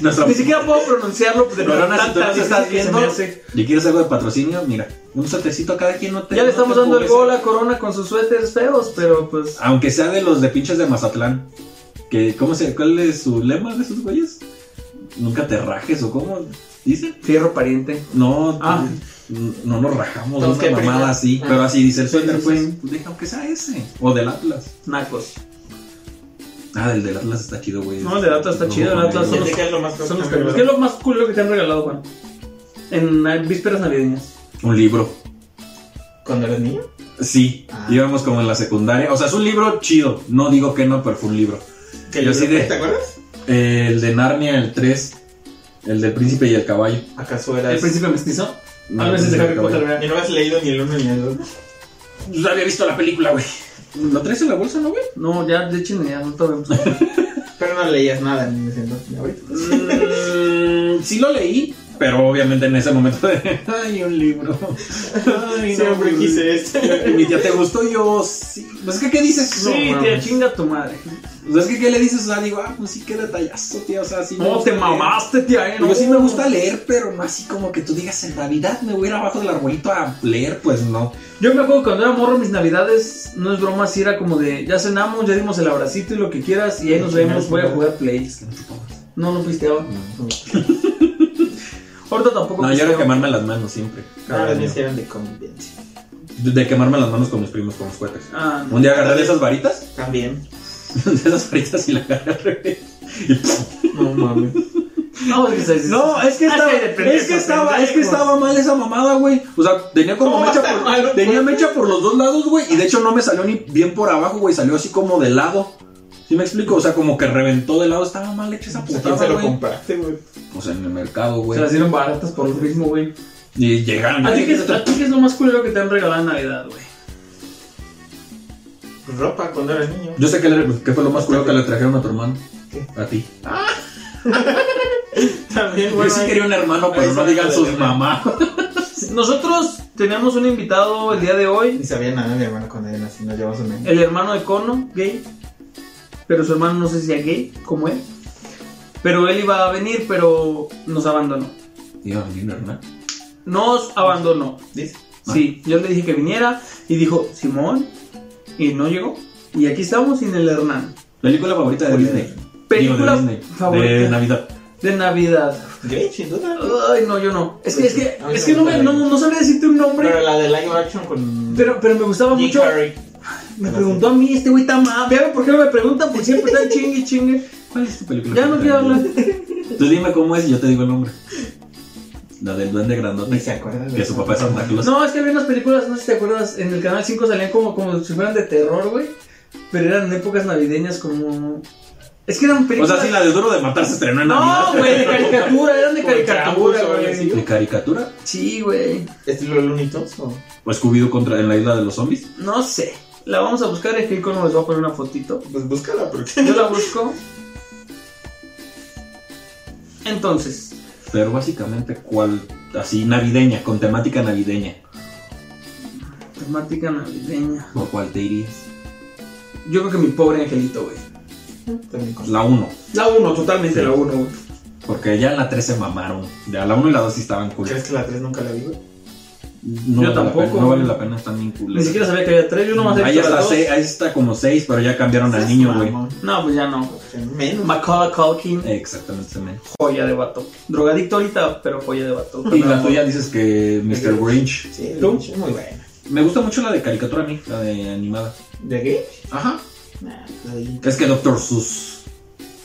Speaker 4: Nuestra-
Speaker 5: Ni siquiera puedo pronunciarlo de
Speaker 4: Pero ahora, si tú
Speaker 5: tanta
Speaker 4: nos estás
Speaker 5: que se me
Speaker 4: viendo,
Speaker 5: hace.
Speaker 4: ¿Y quieres algo de patrocinio? Mira, un sotecito a cada quien no te.
Speaker 5: Ya le
Speaker 4: no
Speaker 5: estamos
Speaker 4: te
Speaker 5: dando el
Speaker 4: empobrece.
Speaker 5: gol a Corona con sus suéteres feos, pero pues.
Speaker 4: Aunque sea de los de pinches de Mazatlán. Que, ¿cómo se, ¿Cuál es su lema de esos güeyes? Nunca te rajes o cómo dicen.
Speaker 5: Fierro pariente.
Speaker 4: No,
Speaker 5: Ah.
Speaker 4: n- no nos rajamos de
Speaker 2: Todos
Speaker 4: una
Speaker 2: que
Speaker 4: mamada
Speaker 2: primero.
Speaker 4: así.
Speaker 2: Ah.
Speaker 4: Pero así dice el
Speaker 5: Sí,
Speaker 4: suéter,
Speaker 5: sí,
Speaker 4: pues.
Speaker 5: sí.
Speaker 4: Deja aunque sea ese. O del Atlas.
Speaker 5: Nacos.
Speaker 4: Ah, el del Atlas está chido, güey.
Speaker 5: No, el del Atlas está
Speaker 4: Rojo
Speaker 5: chido, el
Speaker 4: con
Speaker 5: Atlas
Speaker 4: negro.
Speaker 5: solo-
Speaker 2: ¿Qué es lo más
Speaker 5: Son los
Speaker 2: que me
Speaker 5: camiones.
Speaker 2: da?
Speaker 5: ¿Qué es lo más cool que te han regalado, Juan? En eh, vísperas navideñas.
Speaker 4: Un libro.
Speaker 2: ¿Cuando eres niño?
Speaker 4: Sí,
Speaker 2: Ah.
Speaker 4: íbamos como en la secundaria. O sea, es un libro chido. No digo que no, pero fue un libro.
Speaker 2: Que
Speaker 4: Yo
Speaker 2: yo
Speaker 4: sí de-
Speaker 2: ¿Te acuerdas?
Speaker 4: Eh, el de Narnia, el 3. El del príncipe y el caballo.
Speaker 2: ¿Acaso era
Speaker 5: ¿El
Speaker 2: ese?
Speaker 5: príncipe mestizo?
Speaker 4: Pues, No,
Speaker 5: A
Speaker 4: el
Speaker 5: veces de
Speaker 4: príncipe
Speaker 5: Harry
Speaker 4: y el
Speaker 5: Potter,
Speaker 4: caballo.
Speaker 5: ¿verdad?
Speaker 2: Ni no has leído ni el uno ni el otro.
Speaker 4: Pues había visto la película, güey. ¿Lo traes en la bolsa, no, güey?
Speaker 5: No, ya, de hecho, ya no sabemos.
Speaker 2: Pero no leías nada en ese entonces. ni ahorita.
Speaker 4: Mm, sí lo leí, pero obviamente en ese momento de... Ay, un libro. Ay, no,
Speaker 2: Siempre
Speaker 4: güey.
Speaker 2: quise este.
Speaker 4: Mi tía, ¿te gustó? Yo, sí. Pues es que, ¿qué dices?
Speaker 5: [LAUGHS] Sí,
Speaker 4: No,
Speaker 5: tía,
Speaker 4: mames.
Speaker 5: chinga tu madre.
Speaker 4: Pues es que, ¿qué le dices? O sea, digo, ah, pues sí, qué detallazo, tía. O sea, sí. me
Speaker 5: No,
Speaker 4: gusta
Speaker 5: te
Speaker 4: leer.
Speaker 5: mamaste, tía, eh.
Speaker 4: Yo
Speaker 5: No,
Speaker 4: sí me gusta leer, pero no así como que tú digas, en Navidad me voy a ir abajo del arbolito a leer, pues no.
Speaker 5: Yo me acuerdo cuando era morro, mis navidades, no es broma, si era como de, ya cenamos, ya dimos el abracito y lo que quieras, y ahí nos vemos, voy a jugar Play. No, no pisteaba. Ahorita tampoco
Speaker 4: No, yo
Speaker 5: pisteo.
Speaker 4: era quemarme las manos siempre.
Speaker 5: Ah,
Speaker 2: Ahora me hicieron de convivencia.
Speaker 4: De de quemarme las manos con mis primos, con los cohetes.
Speaker 5: Ah, no.
Speaker 4: Un día agarré de esas varitas, [LAUGHS]
Speaker 2: También.
Speaker 4: de esas varitas y la agarré al revés. Y ¡pum!
Speaker 2: No mames.
Speaker 5: No, es que,
Speaker 4: No, es que
Speaker 5: Ah,
Speaker 4: estaba, es que estaba, es que estaba mal esa mamada, güey. O sea, tenía como
Speaker 2: ¿Cómo va a
Speaker 4: mecha
Speaker 2: estar
Speaker 4: por,
Speaker 2: mal, no
Speaker 4: tenía
Speaker 5: pues?
Speaker 2: puede
Speaker 4: mecha por los dos lados, güey, y de hecho no me salió ni bien por abajo, güey, salió así como de lado. ¿Sí me explico? O sea, como que reventó de lado, estaba mal hecha esa
Speaker 2: ¿A quién se
Speaker 4: putada,
Speaker 2: lo
Speaker 4: güey.
Speaker 2: compraste, güey?
Speaker 4: O sea, en el mercado, güey.
Speaker 5: Se las dieron baratas por lo mismo, güey.
Speaker 4: Y llegaron.
Speaker 5: ¿A ti qué es- a ti qué es lo más culero que te han regalado en Navidad, güey?
Speaker 2: Ropa cuando
Speaker 4: [LAUGHS]
Speaker 2: eras niño.
Speaker 4: Yo sé que, le- que fue lo más culero que le trajeron a tu hermano. A ti.
Speaker 2: También,
Speaker 4: Yo sí quería un hermano, pero no digan sus mamás. [LAUGHS]
Speaker 5: Nosotros tenemos un invitado el día de hoy,
Speaker 2: Ni sabía nada de mi hermano cuando era así, nos llevamos un año.
Speaker 5: el hermano de Cono, gay. Pero su hermano no sé si es gay, como él. Pero él iba a venir, pero nos abandonó.
Speaker 4: Iba a venir, hermano.
Speaker 5: Nos abandonó.
Speaker 2: ¿Dice?
Speaker 5: Sí, yo le dije que viniera y dijo, Simón, y no llegó. Y aquí estamos sin el Hernán.
Speaker 4: Película favorita de Disney.
Speaker 5: Película
Speaker 4: Digo, de Disney.
Speaker 5: favorita
Speaker 4: De Navidad.
Speaker 5: de Navidad.
Speaker 2: Gay, sin duda.
Speaker 5: Ay, no, yo no. Es que, es que,
Speaker 2: A mí
Speaker 5: es
Speaker 2: me
Speaker 5: que no,
Speaker 2: gusta
Speaker 5: me,
Speaker 2: la
Speaker 5: no,
Speaker 2: Disney.
Speaker 5: no sabría decirte un
Speaker 2: Pero
Speaker 5: nombre,
Speaker 2: la de live action con.
Speaker 5: pero, pero me gustaba
Speaker 2: Jim
Speaker 5: mucho.
Speaker 2: Carrey.
Speaker 5: Me preguntó a mí, este güey está mal. Vean por qué no me preguntan, porque siempre están chingue y chingue.
Speaker 4: ¿Cuál es tu película?
Speaker 5: Ya no quiero
Speaker 4: favorita de
Speaker 5: hablar.
Speaker 4: Navidad? Tú dime cómo es y yo te digo el nombre. La del duende
Speaker 2: Ni
Speaker 4: grandote.
Speaker 2: se acuerda de
Speaker 4: Que su papá es Santa Claus.
Speaker 5: No, es que había unas películas, no sé si te acuerdas, en el canal 5 salían como, como si fueran de terror, güey. Pero eran épocas navideñas como. Es que eran
Speaker 4: O
Speaker 5: películas.
Speaker 4: sea, sí, la de Duro de Matar se estrenó en
Speaker 5: No,
Speaker 4: Navidad.
Speaker 5: güey, de caricatura, eran de
Speaker 2: Como
Speaker 5: caricatura,
Speaker 2: Trambos,
Speaker 5: güey.
Speaker 2: güey.
Speaker 4: ¿De caricatura?
Speaker 5: Sí, güey.
Speaker 2: ¿Estilo Looney Tunes o.?
Speaker 4: ¿O Scooby-Doo contra en la isla de los zombies?
Speaker 5: No sé. La vamos a buscar y Gilco nos va a poner una fotito.
Speaker 2: Pues búscala porque.
Speaker 5: Yo la busco. Entonces,
Speaker 4: Pero básicamente, ¿cuál? Así, navideña, con temática navideña.
Speaker 5: temática navideña.
Speaker 4: ¿Por cuál te irías?
Speaker 5: Yo creo que mi pobre angelito, güey.
Speaker 2: También con.
Speaker 4: La 1.
Speaker 5: La 1, totalmente
Speaker 4: Sí.
Speaker 5: la 1, güey.
Speaker 4: Porque ya en la 3 se mamaron. Ya la 1 y la 2 sí estaban cool.
Speaker 2: ¿Crees que la 3 nunca la vi, güey?
Speaker 4: No vale
Speaker 5: Yo
Speaker 4: la
Speaker 5: tampoco,
Speaker 4: pena, no vale
Speaker 5: güey.
Speaker 4: la pena, están bien cool.
Speaker 5: Ni siquiera sabía que había tres, yo nomás he
Speaker 4: Ahí
Speaker 5: visto
Speaker 4: está,
Speaker 5: las dos.
Speaker 4: seis- ahí está como 6, pero ya cambiaron al
Speaker 2: Seas
Speaker 4: niño, güey.
Speaker 2: mamón.
Speaker 5: No, pues ya no.
Speaker 2: Menos.
Speaker 5: Macaulay Culkin,
Speaker 4: Exactamente. se me-
Speaker 5: joya de vato. Drogadicto ahorita, pero joya de vato.
Speaker 4: Y la tuya dices que Mr. Grinch.
Speaker 2: Sí,
Speaker 5: ¿Tú?
Speaker 2: es muy buena.
Speaker 4: Me gusta mucho la de caricatura a mí, la de animada.
Speaker 2: ¿De qué?
Speaker 4: Ajá.
Speaker 2: Nah, pues ahí.
Speaker 4: Es que Doctor Sus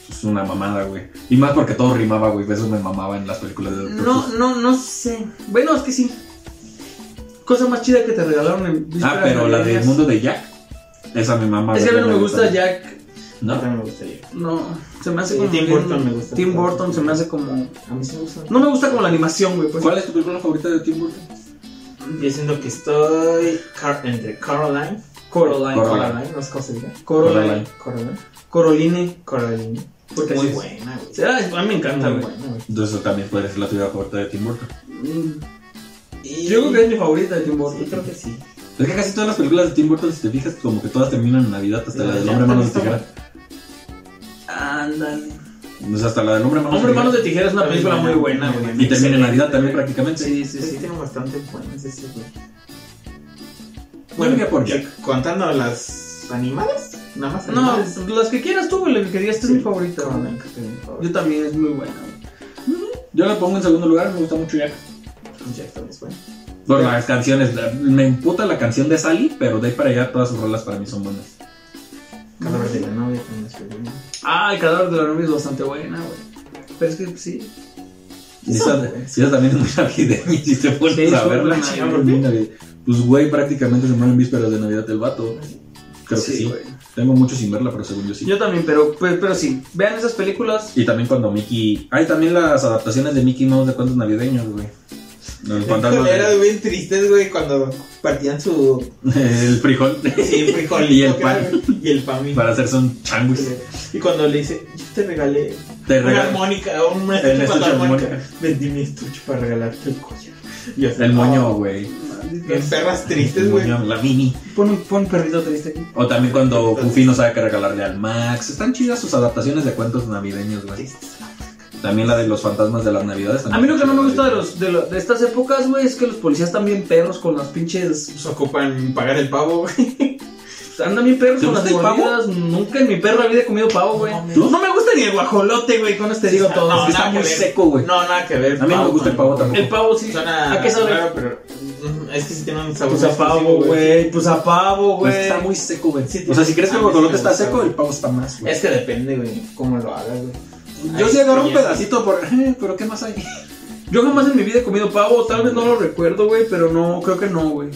Speaker 4: es una mamada, güey. Y más porque todo rimaba, güey. Eso me mamaba en las películas de Doctor
Speaker 5: No,
Speaker 4: Sus.
Speaker 5: no, no sé. Bueno, es que sí. Cosa más chida que te regalaron en vísperas
Speaker 4: Ah, pero la del
Speaker 5: navideñas.
Speaker 4: mundo de Jack. Esa me mamaba.
Speaker 5: Es que a mí no me gusta Jack.
Speaker 4: ¿No?
Speaker 2: También me gustaría.
Speaker 5: No, se me hace
Speaker 2: Sí,
Speaker 5: como.
Speaker 2: Tim
Speaker 5: bien-
Speaker 2: Burton me gusta.
Speaker 5: Tim Burton se me hace como.
Speaker 2: A mí sí me gusta.
Speaker 5: No me gusta como la animación, güey. Pues.
Speaker 4: ¿Cuál es tu película favorita de Tim Burton?
Speaker 2: Yo siento que estoy car- entre Caroline.
Speaker 5: Coraline.
Speaker 4: Coraline.
Speaker 2: Coraline, no sé cómo se diga.
Speaker 5: Coraline.
Speaker 2: Coraline.
Speaker 5: Coraline.
Speaker 2: Coraline.
Speaker 5: Porque
Speaker 2: Muy
Speaker 5: así es.
Speaker 2: buena, güey.
Speaker 5: Ah, es- A mí me encanta,
Speaker 2: Muy
Speaker 5: güey.
Speaker 2: buena, güey.
Speaker 4: Entonces también podría ser la tuya favorita de Tim Burton.
Speaker 5: Mm,
Speaker 2: Y-
Speaker 5: Yo creo que es mi favorita de Tim
Speaker 2: Sí, creo
Speaker 5: Burton.
Speaker 2: que sí.
Speaker 4: Es que casi todas las películas de Tim Burton, si te fijas, como que todas terminan en Navidad, hasta la del
Speaker 2: Ya,
Speaker 4: hombre manos de
Speaker 2: también
Speaker 4: tijera.
Speaker 2: está
Speaker 5: Ándale.
Speaker 4: O sea, hasta la del hombre manos
Speaker 5: Hombre,
Speaker 4: de
Speaker 5: Manos
Speaker 4: tijera.
Speaker 5: de Tijera es una
Speaker 2: También
Speaker 5: película muy
Speaker 2: buena,
Speaker 5: buena,
Speaker 2: muy
Speaker 5: güey.
Speaker 2: buena.
Speaker 4: Y termina en
Speaker 2: Excelente.
Speaker 4: Navidad también prácticamente.
Speaker 5: Sí, sí,
Speaker 2: Sí,
Speaker 5: sí.
Speaker 2: tienen bastante buenas ese, güey.
Speaker 4: Yo iría por Jack.
Speaker 2: Contando las animadas, nada más.
Speaker 5: No,
Speaker 2: animadas.
Speaker 5: las que quieras tú, güey. La que querías, esta es mi favorita, güey.
Speaker 2: Coraline, creo que es mi favorita.
Speaker 5: Yo también, es muy buena, güey.
Speaker 4: Yo la pongo en segundo lugar, me gusta mucho Jack.
Speaker 2: Jack también es bueno.
Speaker 4: Por las canciones, la- me imputa la canción de Sally, pero de ahí para allá todas sus rolas para mí son buenas.
Speaker 2: Cadáver de la novia también es bueno.
Speaker 5: Ah, el cadáver de la novia es bastante buena, güey. Pero es que sí.
Speaker 4: Y esa, y esa también es muy navideña, [LAUGHS] si te pones
Speaker 5: Sí,
Speaker 4: a
Speaker 5: son
Speaker 4: verla.
Speaker 5: muy
Speaker 4: es muy navide- Pues, güey, prácticamente se muere en vísperas de Navidad el vato. Creo que sí.
Speaker 5: güey.
Speaker 4: Tengo mucho sin verla, pero según yo sí.
Speaker 5: Yo también, pero, pero, pero sí. Vean esas películas.
Speaker 4: Y también cuando Mickey. Hay también las adaptaciones de Mickey Mouse de cuentos navideños, güey. El fantasma.
Speaker 2: Híjole, Era
Speaker 4: de-
Speaker 2: bien tristes, güey, cuando partían
Speaker 4: [LAUGHS]
Speaker 2: su
Speaker 4: El frijol. [LAUGHS]
Speaker 2: sí, frijolito.
Speaker 4: Y el
Speaker 2: que
Speaker 4: pan.
Speaker 2: era- Y el pan.
Speaker 4: Para hacerse un changuis.
Speaker 2: Y cuando le dice, yo te regalé
Speaker 4: Te
Speaker 2: una
Speaker 4: regalo.
Speaker 2: armónica, un
Speaker 4: El
Speaker 2: estuche
Speaker 4: estuche
Speaker 2: con
Speaker 4: de
Speaker 2: armónica.
Speaker 4: armónica.
Speaker 2: Vendí mi estuche para regalarte el collar. Y así,
Speaker 4: El moño,
Speaker 5: Ah,
Speaker 2: oh,
Speaker 4: güey.
Speaker 2: bien perras
Speaker 4: El
Speaker 2: tristes, güey.
Speaker 4: moño, la mini.
Speaker 5: Pon un, pon un perrito triste aquí.
Speaker 4: O también cuando Goofy no sabe qué regalarle al Max. Están chidas sus adaptaciones de cuentos navideños, güey. También la de los fantasmas de las navidades.
Speaker 5: A
Speaker 4: también
Speaker 5: mí lo que no me gusta de,
Speaker 4: chida,
Speaker 5: los, de, lo- de estas épocas, güey, es que los policías están bien perros con las pinches.
Speaker 2: Se Pues, ocupan pagar el pavo, güey.
Speaker 5: Andan bien perros
Speaker 4: ¿Te
Speaker 5: con las
Speaker 4: gusta el pavo?
Speaker 5: mordidas. Nunca en mi perra vida he comido pavo, güey.
Speaker 2: mames.
Speaker 5: No, me gusta ni el guajolote, güey. Con este digo todo.
Speaker 2: No,
Speaker 4: güey. Está
Speaker 2: nada que
Speaker 4: muy
Speaker 2: ver.
Speaker 4: seco, güey.
Speaker 2: No, nada que ver.
Speaker 4: A mí no me gusta el pavo tampoco.
Speaker 5: El pavo sí.
Speaker 2: Suena
Speaker 5: ¿A qué sabe?
Speaker 2: raro, pero mm, es que sí tiene un sabor.
Speaker 5: Pues a pavo,
Speaker 2: exclusivo,
Speaker 5: güey. Pues a pavo,
Speaker 4: Pues
Speaker 5: güey.
Speaker 4: está muy seco, güey.
Speaker 2: Sí,
Speaker 4: o sea, si crees que
Speaker 2: a
Speaker 4: el
Speaker 2: mí sí
Speaker 4: guajolote
Speaker 2: me
Speaker 4: está
Speaker 2: gusta,
Speaker 4: seco,
Speaker 2: güey.
Speaker 4: el pavo está más, güey.
Speaker 2: Es que depende, güey, cómo lo hagas, güey.
Speaker 4: Yo
Speaker 2: Ay,
Speaker 4: sí agarro un
Speaker 2: oye,
Speaker 4: pedacito por. eh, Pero ¿qué más hay?
Speaker 5: Yo jamás en mi vida he comido pavo, tal vez no lo recuerdo, güey, pero no, creo que no, güey.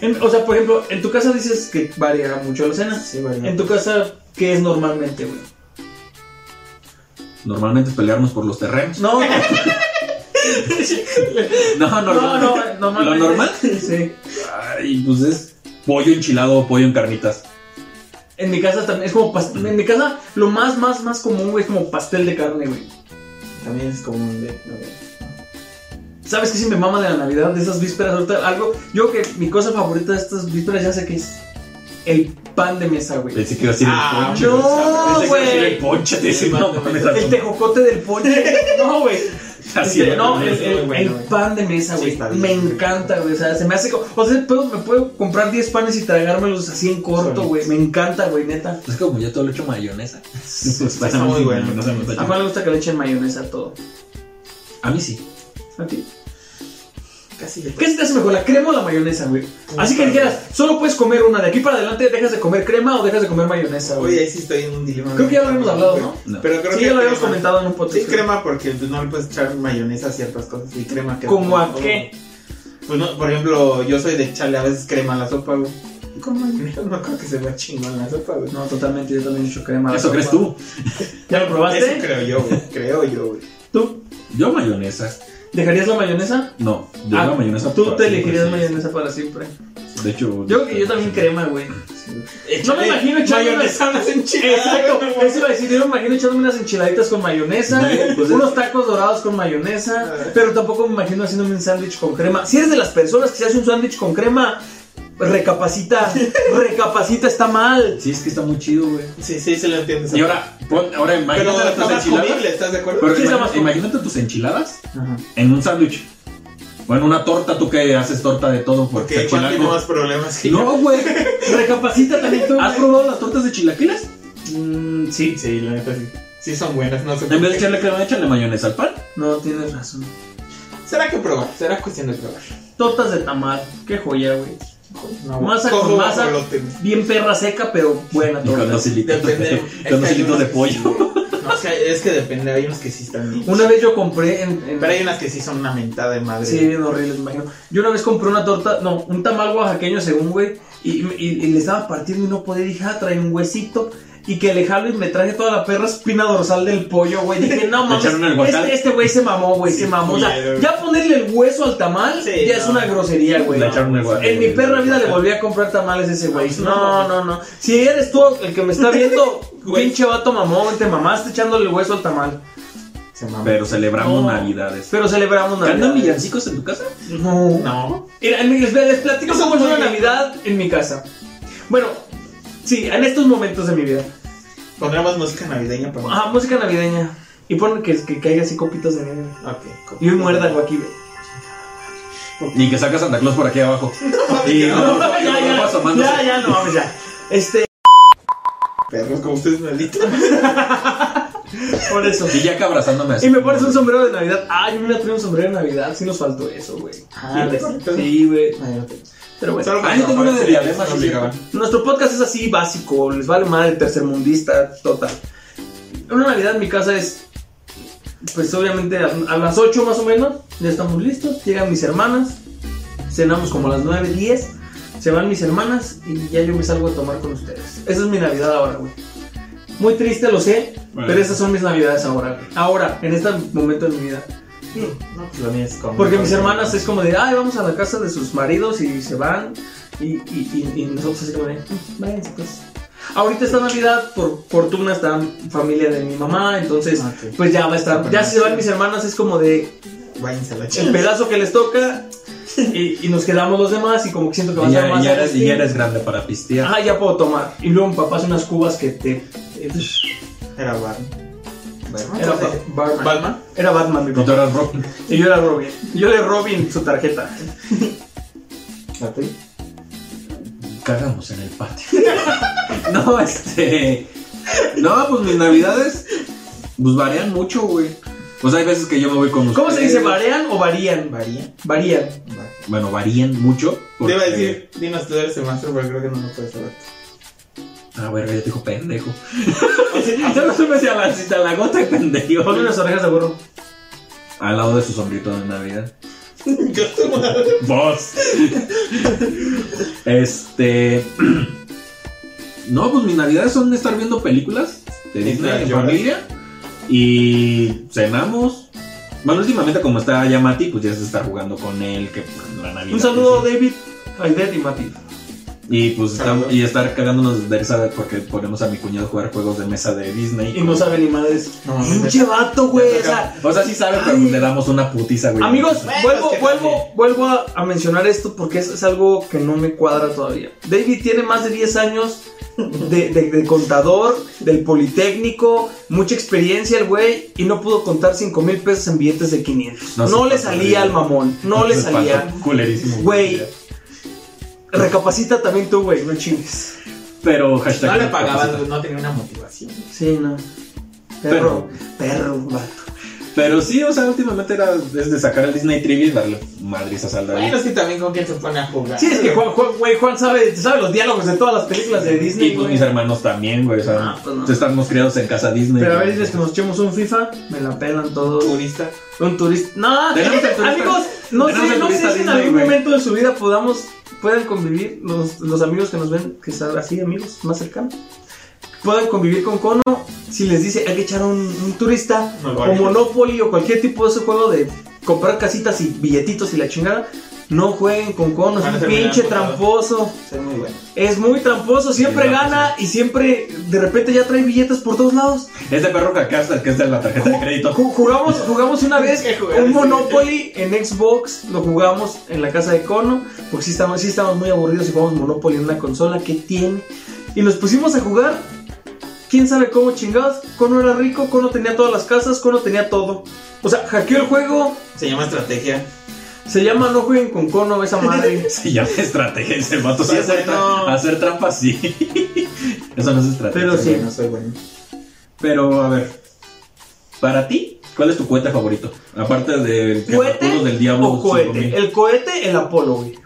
Speaker 5: En- O sea, por ejemplo, en tu casa dices que varía mucho la cena.
Speaker 2: Sí, varía.
Speaker 5: En tu casa, ¿qué es normalmente, güey?
Speaker 4: Normalmente pelearnos por los terrenos.
Speaker 5: No,
Speaker 4: No,
Speaker 5: no, no,
Speaker 4: normal.
Speaker 5: no, normalmente.
Speaker 4: ¿Lo normal?
Speaker 5: Sí.
Speaker 4: Ay, pues es pollo enchilado o pollo en carnitas.
Speaker 5: En mi casa también, es como pastel. En mi casa, lo más, más, más común, güey, es como pastel de carne, güey.
Speaker 2: También es común de. no, güey.
Speaker 5: ¿Sabes qué? Si me mama de la Navidad, de esas vísperas, ahorita algo. Yo que mi cosa favorita de estas vísperas ya sé que es el pan de mesa, güey.
Speaker 4: Pensé que iba a decir
Speaker 2: Ah,
Speaker 4: el ponche.
Speaker 5: no,
Speaker 4: Pensé que iba a decir
Speaker 5: güey.
Speaker 4: el ponche. Te decía,
Speaker 2: Sí,
Speaker 4: no
Speaker 2: mate,
Speaker 4: mames,
Speaker 5: El tejocote del
Speaker 4: [LAUGHS]
Speaker 5: pollo. No, güey.
Speaker 4: así
Speaker 5: Este,
Speaker 4: es.
Speaker 5: no, el,
Speaker 2: es muy
Speaker 5: el-
Speaker 2: bueno,
Speaker 5: el
Speaker 2: güey.
Speaker 5: pan de mesa,
Speaker 2: Sí,
Speaker 5: güey.
Speaker 2: está bien,
Speaker 5: me
Speaker 2: güey.
Speaker 5: encanta, güey. O sea, se me hace. co- O sea, puedo- me puedo comprar 10 panes y tragármelos así en corto,
Speaker 2: Solito.
Speaker 5: güey. Me encanta, güey, neta.
Speaker 4: Es como yo todo lo he hecho
Speaker 5: [LAUGHS]
Speaker 4: mayonesa. Pues
Speaker 2: está muy bueno.
Speaker 4: no se me está
Speaker 5: A Juan le gusta que le echen mayonesa a todo.
Speaker 4: chido. A mí sí.
Speaker 5: ¿A ti?
Speaker 2: Casi que.
Speaker 5: ¿Qué se te hace mejor, la crema o la mayonesa, güey? Así que dijeras, solo puedes comer una. De aquí para adelante, ¿dejas de comer crema o dejas de comer mayonesa,
Speaker 2: Oye,
Speaker 5: güey?
Speaker 2: ahí sí estoy en un dilema.
Speaker 5: Creo que ya lo habíamos hablado, ¿no?
Speaker 4: No.
Speaker 2: Pero creo
Speaker 5: Sí,
Speaker 2: que
Speaker 5: ya lo habíamos
Speaker 2: crema.
Speaker 5: comentado en un podcast.
Speaker 2: Sí, crema porque pues, no le puedes echar mayonesa a ciertas cosas y crema que...
Speaker 5: ¿Cómo a qué?
Speaker 2: Pues no, por ejemplo, yo soy de echarle a veces crema a la sopa, güey. Y Con mayonesa [LAUGHS] no creo que se vea chingón la sopa, güey.
Speaker 5: No, totalmente, yo también he hecho crema. a la
Speaker 4: ¿Eso crees
Speaker 5: sopa.
Speaker 4: tú?
Speaker 5: ¿Ya lo
Speaker 2: Eso
Speaker 5: probaste?
Speaker 2: creo yo, güey. Creo yo, güey.
Speaker 5: ¿Tú
Speaker 4: Yo mayonesa.
Speaker 5: dejarías la mayonesa?
Speaker 4: No, yo
Speaker 5: Ah,
Speaker 4: la mayonesa.
Speaker 5: Tú
Speaker 4: para
Speaker 5: te
Speaker 4: siempre,
Speaker 5: elegirías
Speaker 4: sí.
Speaker 5: mayonesa para siempre.
Speaker 2: Pues
Speaker 4: De hecho.
Speaker 5: Yo que yo también crema, güey. No me
Speaker 2: Échale
Speaker 5: imagino echándome
Speaker 2: mayonesa a las enchiladas.
Speaker 5: Exacto,
Speaker 2: güey, no mames.
Speaker 5: Ah, eso iba a decir, yo me imagino echándome unas enchiladitas con mayonesa,
Speaker 4: Güey, pues es- Ah.
Speaker 5: unos tacos dorados con mayonesa, pero tampoco me imagino haciéndome un sándwich con crema. Si eres de las personas que se hace un sándwich con crema,
Speaker 4: [LAUGHS]
Speaker 5: recapacita, recapacita, está mal.
Speaker 4: Sí, es que está muy chido, güey.
Speaker 2: Sí, sí, se lo entiendes.
Speaker 4: Y ahora, pon- ahora
Speaker 2: Pero
Speaker 4: imagínate
Speaker 2: está
Speaker 4: tus
Speaker 2: más
Speaker 4: enchiladas.
Speaker 2: comible, ¿estás de acuerdo?
Speaker 4: Pero
Speaker 5: Sí, está más
Speaker 4: imagínate,
Speaker 5: comible.
Speaker 4: imagínate tus enchiladas en un sándwich. O en una torta, tú que haces torta de todo. Porque
Speaker 2: Porque igual tiene
Speaker 4: chilango.
Speaker 2: más problemas que yo.
Speaker 4: No, güey. Ah.
Speaker 5: Recapacita también tú.
Speaker 4: ¿Has probado las tortas de chilaquiles?
Speaker 5: Mm, sí,
Speaker 2: Sí, la neta sí. Sí son buenas, no sé
Speaker 4: En vez
Speaker 2: por
Speaker 4: de
Speaker 2: qué.
Speaker 4: echarle crema, échale mayonesa al pan.
Speaker 5: no tienes razón.
Speaker 2: Será que probar, será cuestión de probar.
Speaker 5: Tortas de tamal, qué joya, güey.
Speaker 2: No,
Speaker 5: Masa
Speaker 2: cojo
Speaker 5: con masa.
Speaker 2: guajolote, güey.
Speaker 5: Bien perra seca, pero buena
Speaker 4: Y con
Speaker 5: torta.
Speaker 4: dos [LAUGHS] hilitos
Speaker 2: Depende.
Speaker 4: de,
Speaker 2: es
Speaker 4: con
Speaker 2: que
Speaker 4: dos
Speaker 5: Este
Speaker 2: hay
Speaker 4: hilitos de
Speaker 2: unos que sí,
Speaker 4: pollo.
Speaker 2: güey. [LAUGHS] No, es que, es que depende, hay unos que sí están bien.
Speaker 5: Una vez yo compré en, en-
Speaker 2: Pero hay unas que sí son una mentada de madre.
Speaker 5: Sí, bien horrible, me imagino. Yo una vez compré una torta, no, un tamal oaxaqueño según, güey, y, y, y le estaba partiendo y no podía, dije, ah, trae un huesito. Y que le jalo y me traje toda la perra espina dorsal del pollo, güey. Dije,
Speaker 4: [LAUGHS]
Speaker 5: no mames,
Speaker 4: echaron el guacal?
Speaker 5: este este güey se mamó, güey, se mamó. O sea,
Speaker 2: culero, güey.
Speaker 5: ya ponerle el hueso al tamal
Speaker 2: Sí,
Speaker 5: ya
Speaker 2: no.
Speaker 5: es una grosería, güey.
Speaker 4: Le echaron el guacal.
Speaker 5: En mi perra vida le volví a comprar tamales a ese güey. No,
Speaker 2: No,
Speaker 5: no, no. Si eres tú el que me
Speaker 4: [LAUGHS]
Speaker 5: está viendo, pinche vato mamón, te mamaste echándole el hueso al tamal.
Speaker 2: Se mamó.
Speaker 4: Pero celebramos
Speaker 5: No.
Speaker 4: navidades.
Speaker 5: Pero celebramos
Speaker 4: ¿Cantan
Speaker 5: Navidad.
Speaker 4: villancicos en tu casa?
Speaker 5: No.
Speaker 2: No.
Speaker 5: Mira, en mi- les, les platico cómo es una Navidad en mi casa. Bueno, sí, en estos momentos de mi vida.
Speaker 2: Pondremos música navideña para.
Speaker 5: Ajá, música navideña. Y pon que, que caiga así copitas de nieve.
Speaker 2: Ok.
Speaker 5: Y un muérdago aquí, güey.
Speaker 4: Y que saca Santa Claus por aquí
Speaker 5: [LAUGHS]
Speaker 4: abajo. y no,
Speaker 5: ya, ya,
Speaker 4: asomándose.
Speaker 5: ya, ya, no, vamos ya. Este,
Speaker 2: Perros como ustedes malditos.
Speaker 5: por eso.
Speaker 4: Y ya que abrazándome así.
Speaker 5: Y me pones un sombrero de Navidad. Ah, yo me iba a traer un sombrero de Navidad. Sí nos faltó eso, güey.
Speaker 2: Ah,
Speaker 5: Sí,
Speaker 2: ¿correcto?
Speaker 5: Sí, güey.
Speaker 2: Ay, no te-
Speaker 5: Pero bueno.
Speaker 2: Solo
Speaker 4: Ah, yo tengo una de diadema,
Speaker 2: No
Speaker 4: sí,
Speaker 2: obligaban.
Speaker 5: Nuestro podcast es así básico, les vale madre tercermundista, total. Una Navidad en mi casa es, pues obviamente a, a las 8 más o menos, ya estamos listos, llegan mis hermanas, Cenamos como a las 9, 10. Se van mis hermanas y ya yo me salgo a tomar con ustedes. Esa es mi Navidad ahora, güey. Muy triste, lo sé,
Speaker 4: Vale.
Speaker 5: pero esas son mis Navidades ahora, güey. Ahora, en este momento de mi vida.
Speaker 2: No, pues la mía es como.
Speaker 5: Porque mis hermanas es como de, ay, vamos a la casa de sus maridos y se van. Y, y- y- y nosotros así como de, "Mm, váyanse pues. Ahorita esta Navidad, por fortuna, está familia de mi mamá, entonces,
Speaker 2: Ah, ok.
Speaker 5: pues ya va a estar. Ya si se van mis hermanas, es como de
Speaker 2: Váyanse a la
Speaker 5: el
Speaker 2: chingada.
Speaker 5: pedazo que les toca y, y nos quedamos los demás y como que siento que va a
Speaker 4: Y
Speaker 5: estar
Speaker 4: ya,
Speaker 5: más.
Speaker 4: y ya eres, y ya
Speaker 5: triste.
Speaker 4: eres grande para pistear.
Speaker 5: Ajá, ya puedo tomar. Y luego mi papá hace unas cubas que te. eh,
Speaker 2: Era bar. Bueno,
Speaker 5: Era Ba- Batman.
Speaker 2: Batman.
Speaker 5: Era Batman, mi
Speaker 4: Y tú
Speaker 5: papá.
Speaker 4: eras Robin.
Speaker 5: Y yo era Robin. Yo era Robin su tarjeta.
Speaker 2: La tuya.
Speaker 4: Cagamos en el patio. [LAUGHS] no, este. No, pues mis navidades. Pues varían mucho, güey. Pues hay veces que yo me voy con
Speaker 5: ¿Cómo se dice?
Speaker 4: varían?
Speaker 5: ¿Varían o varían?
Speaker 2: Varía.
Speaker 5: Varían.
Speaker 2: Varía.
Speaker 4: Bueno, varían mucho.
Speaker 2: Te iba a
Speaker 4: porque-
Speaker 2: decir, dinos tú eres el maestro, pero creo que no lo puedes saber.
Speaker 4: Ah, verga, ya te dijo pendejo.
Speaker 5: Ah.
Speaker 4: [LAUGHS] ya no supe si a la, si a la gota de
Speaker 5: [LAUGHS]
Speaker 4: pendejo.
Speaker 5: Ponle las orejas de burro.
Speaker 4: Al lado de su sombrito de Navidad. Vos. este. No, pues mis navidades son estar viendo películas de Disney
Speaker 2: Disney,
Speaker 4: en
Speaker 2: lloras.
Speaker 4: familia. Y cenamos. Bueno, últimamente como está ya Mati, pues ya se está jugando con él, que pues, la Navidad.
Speaker 5: Un saludo,
Speaker 4: pues,
Speaker 5: David. Aidet y Mati.
Speaker 4: Y pues
Speaker 2: Saludos.
Speaker 4: estar, y estar cagándonos de risa porque ponemos a mi cuñado a jugar juegos de mesa de Disney.
Speaker 5: Y no sabe ni madres.
Speaker 2: No,
Speaker 5: Pinche vato, güey. O sea,
Speaker 4: O sea, sí sabe, pero
Speaker 5: Ay.
Speaker 4: le damos una putiza, güey.
Speaker 5: amigos,
Speaker 2: Bueno,
Speaker 5: vuelvo,
Speaker 2: es que
Speaker 5: vuelvo,
Speaker 2: también.
Speaker 5: vuelvo a, a mencionar esto porque es, es algo que no me cuadra todavía. David tiene más de 10 años de, de- de contador, del Politécnico, mucha experiencia el güey y no pudo contar 5 mil pesos en billetes de 500. No,
Speaker 4: No se
Speaker 5: le
Speaker 4: pasa,
Speaker 5: salía
Speaker 4: güey.
Speaker 5: al mamón, no le
Speaker 4: Se
Speaker 5: salía.
Speaker 4: espantó, Culerísimo.
Speaker 5: Güey. Recapacita también tú, güey, no chingues.
Speaker 4: Pero hashtag.
Speaker 2: No le pagaban, no tenía una motivación.
Speaker 5: Sí, no. Perro, perro, vato.
Speaker 4: Pero sí, o sea, últimamente era desde sacar el Disney Trivia y darle madrizas al David.
Speaker 2: Bueno, es que también con quién se pone a jugar.
Speaker 5: Sí, es que Juan, Juan, güey, Juan sabe, sabe los diálogos de todas las películas de
Speaker 4: Y
Speaker 5: Disney.
Speaker 4: pues
Speaker 5: güey.
Speaker 4: mis hermanos también, güey. O sea,
Speaker 5: Ah, pues no.
Speaker 4: estamos criados en casa Disney.
Speaker 5: Pero a
Speaker 4: güey.
Speaker 5: ver, diles que nos echemos un FIFA, me la pelan todos.
Speaker 2: turista.
Speaker 5: Un turista. No, [LAUGHS]
Speaker 4: Tenemos el turista.
Speaker 5: amigos, no
Speaker 4: Tenemos
Speaker 5: sé,
Speaker 4: el
Speaker 5: no sé
Speaker 4: turista
Speaker 5: si en
Speaker 4: Disney,
Speaker 5: algún
Speaker 4: güey.
Speaker 5: momento de su vida podamos, puedan convivir los, los amigos que nos ven, que están así, amigos más cercanos, puedan convivir con Cono si les dice hay que echar un, un turista o
Speaker 2: Monopoly.
Speaker 5: Monopoly o cualquier tipo de ese juego de comprar casitas y billetitos y la chingada. No jueguen con Cono, es
Speaker 2: Van a
Speaker 5: un
Speaker 2: terminar
Speaker 5: pinche
Speaker 2: emputados.
Speaker 5: tramposo.
Speaker 2: Es muy bueno.
Speaker 5: Es muy tramposo, siempre
Speaker 4: Sí, no,
Speaker 5: gana y siempre de repente ya trae billetes por todos lados.
Speaker 4: Este perro cacasta que es de la tarjeta de crédito. [LAUGHS]
Speaker 5: Ju- Jugamos, jugamos una vez
Speaker 2: que jugar,
Speaker 5: un
Speaker 2: sí.
Speaker 5: Monopoly en Xbox, lo jugamos en la casa de Cono, porque sí estábamos, sí estábamos muy aburridos y jugamos Monopoly en una consola que tiene. Y nos pusimos a jugar, quién sabe cómo chingados, Cono era rico, Cono tenía todas las casas, Cono tenía todo. O sea, hackeó el juego,
Speaker 2: Se llama estrategia.
Speaker 5: se llama No jueguen con Cono, esa
Speaker 4: [LAUGHS]
Speaker 5: madre.
Speaker 4: Se llama estrategia ese vato.
Speaker 2: Sí,
Speaker 4: Sí, hacer,
Speaker 2: güey,
Speaker 4: tra-
Speaker 2: no.
Speaker 4: hacer trampa, sí. [LAUGHS] Eso no es estrategia.
Speaker 5: Pero
Speaker 2: Soy
Speaker 5: sí.
Speaker 2: bueno, soy bueno.
Speaker 4: Pero, a ver. Para ti, ¿cuál es tu cohete favorito? Aparte del
Speaker 5: ¿Cohete
Speaker 4: del diablo. 5000.
Speaker 5: o cohete? El cohete, el Apolo, güey.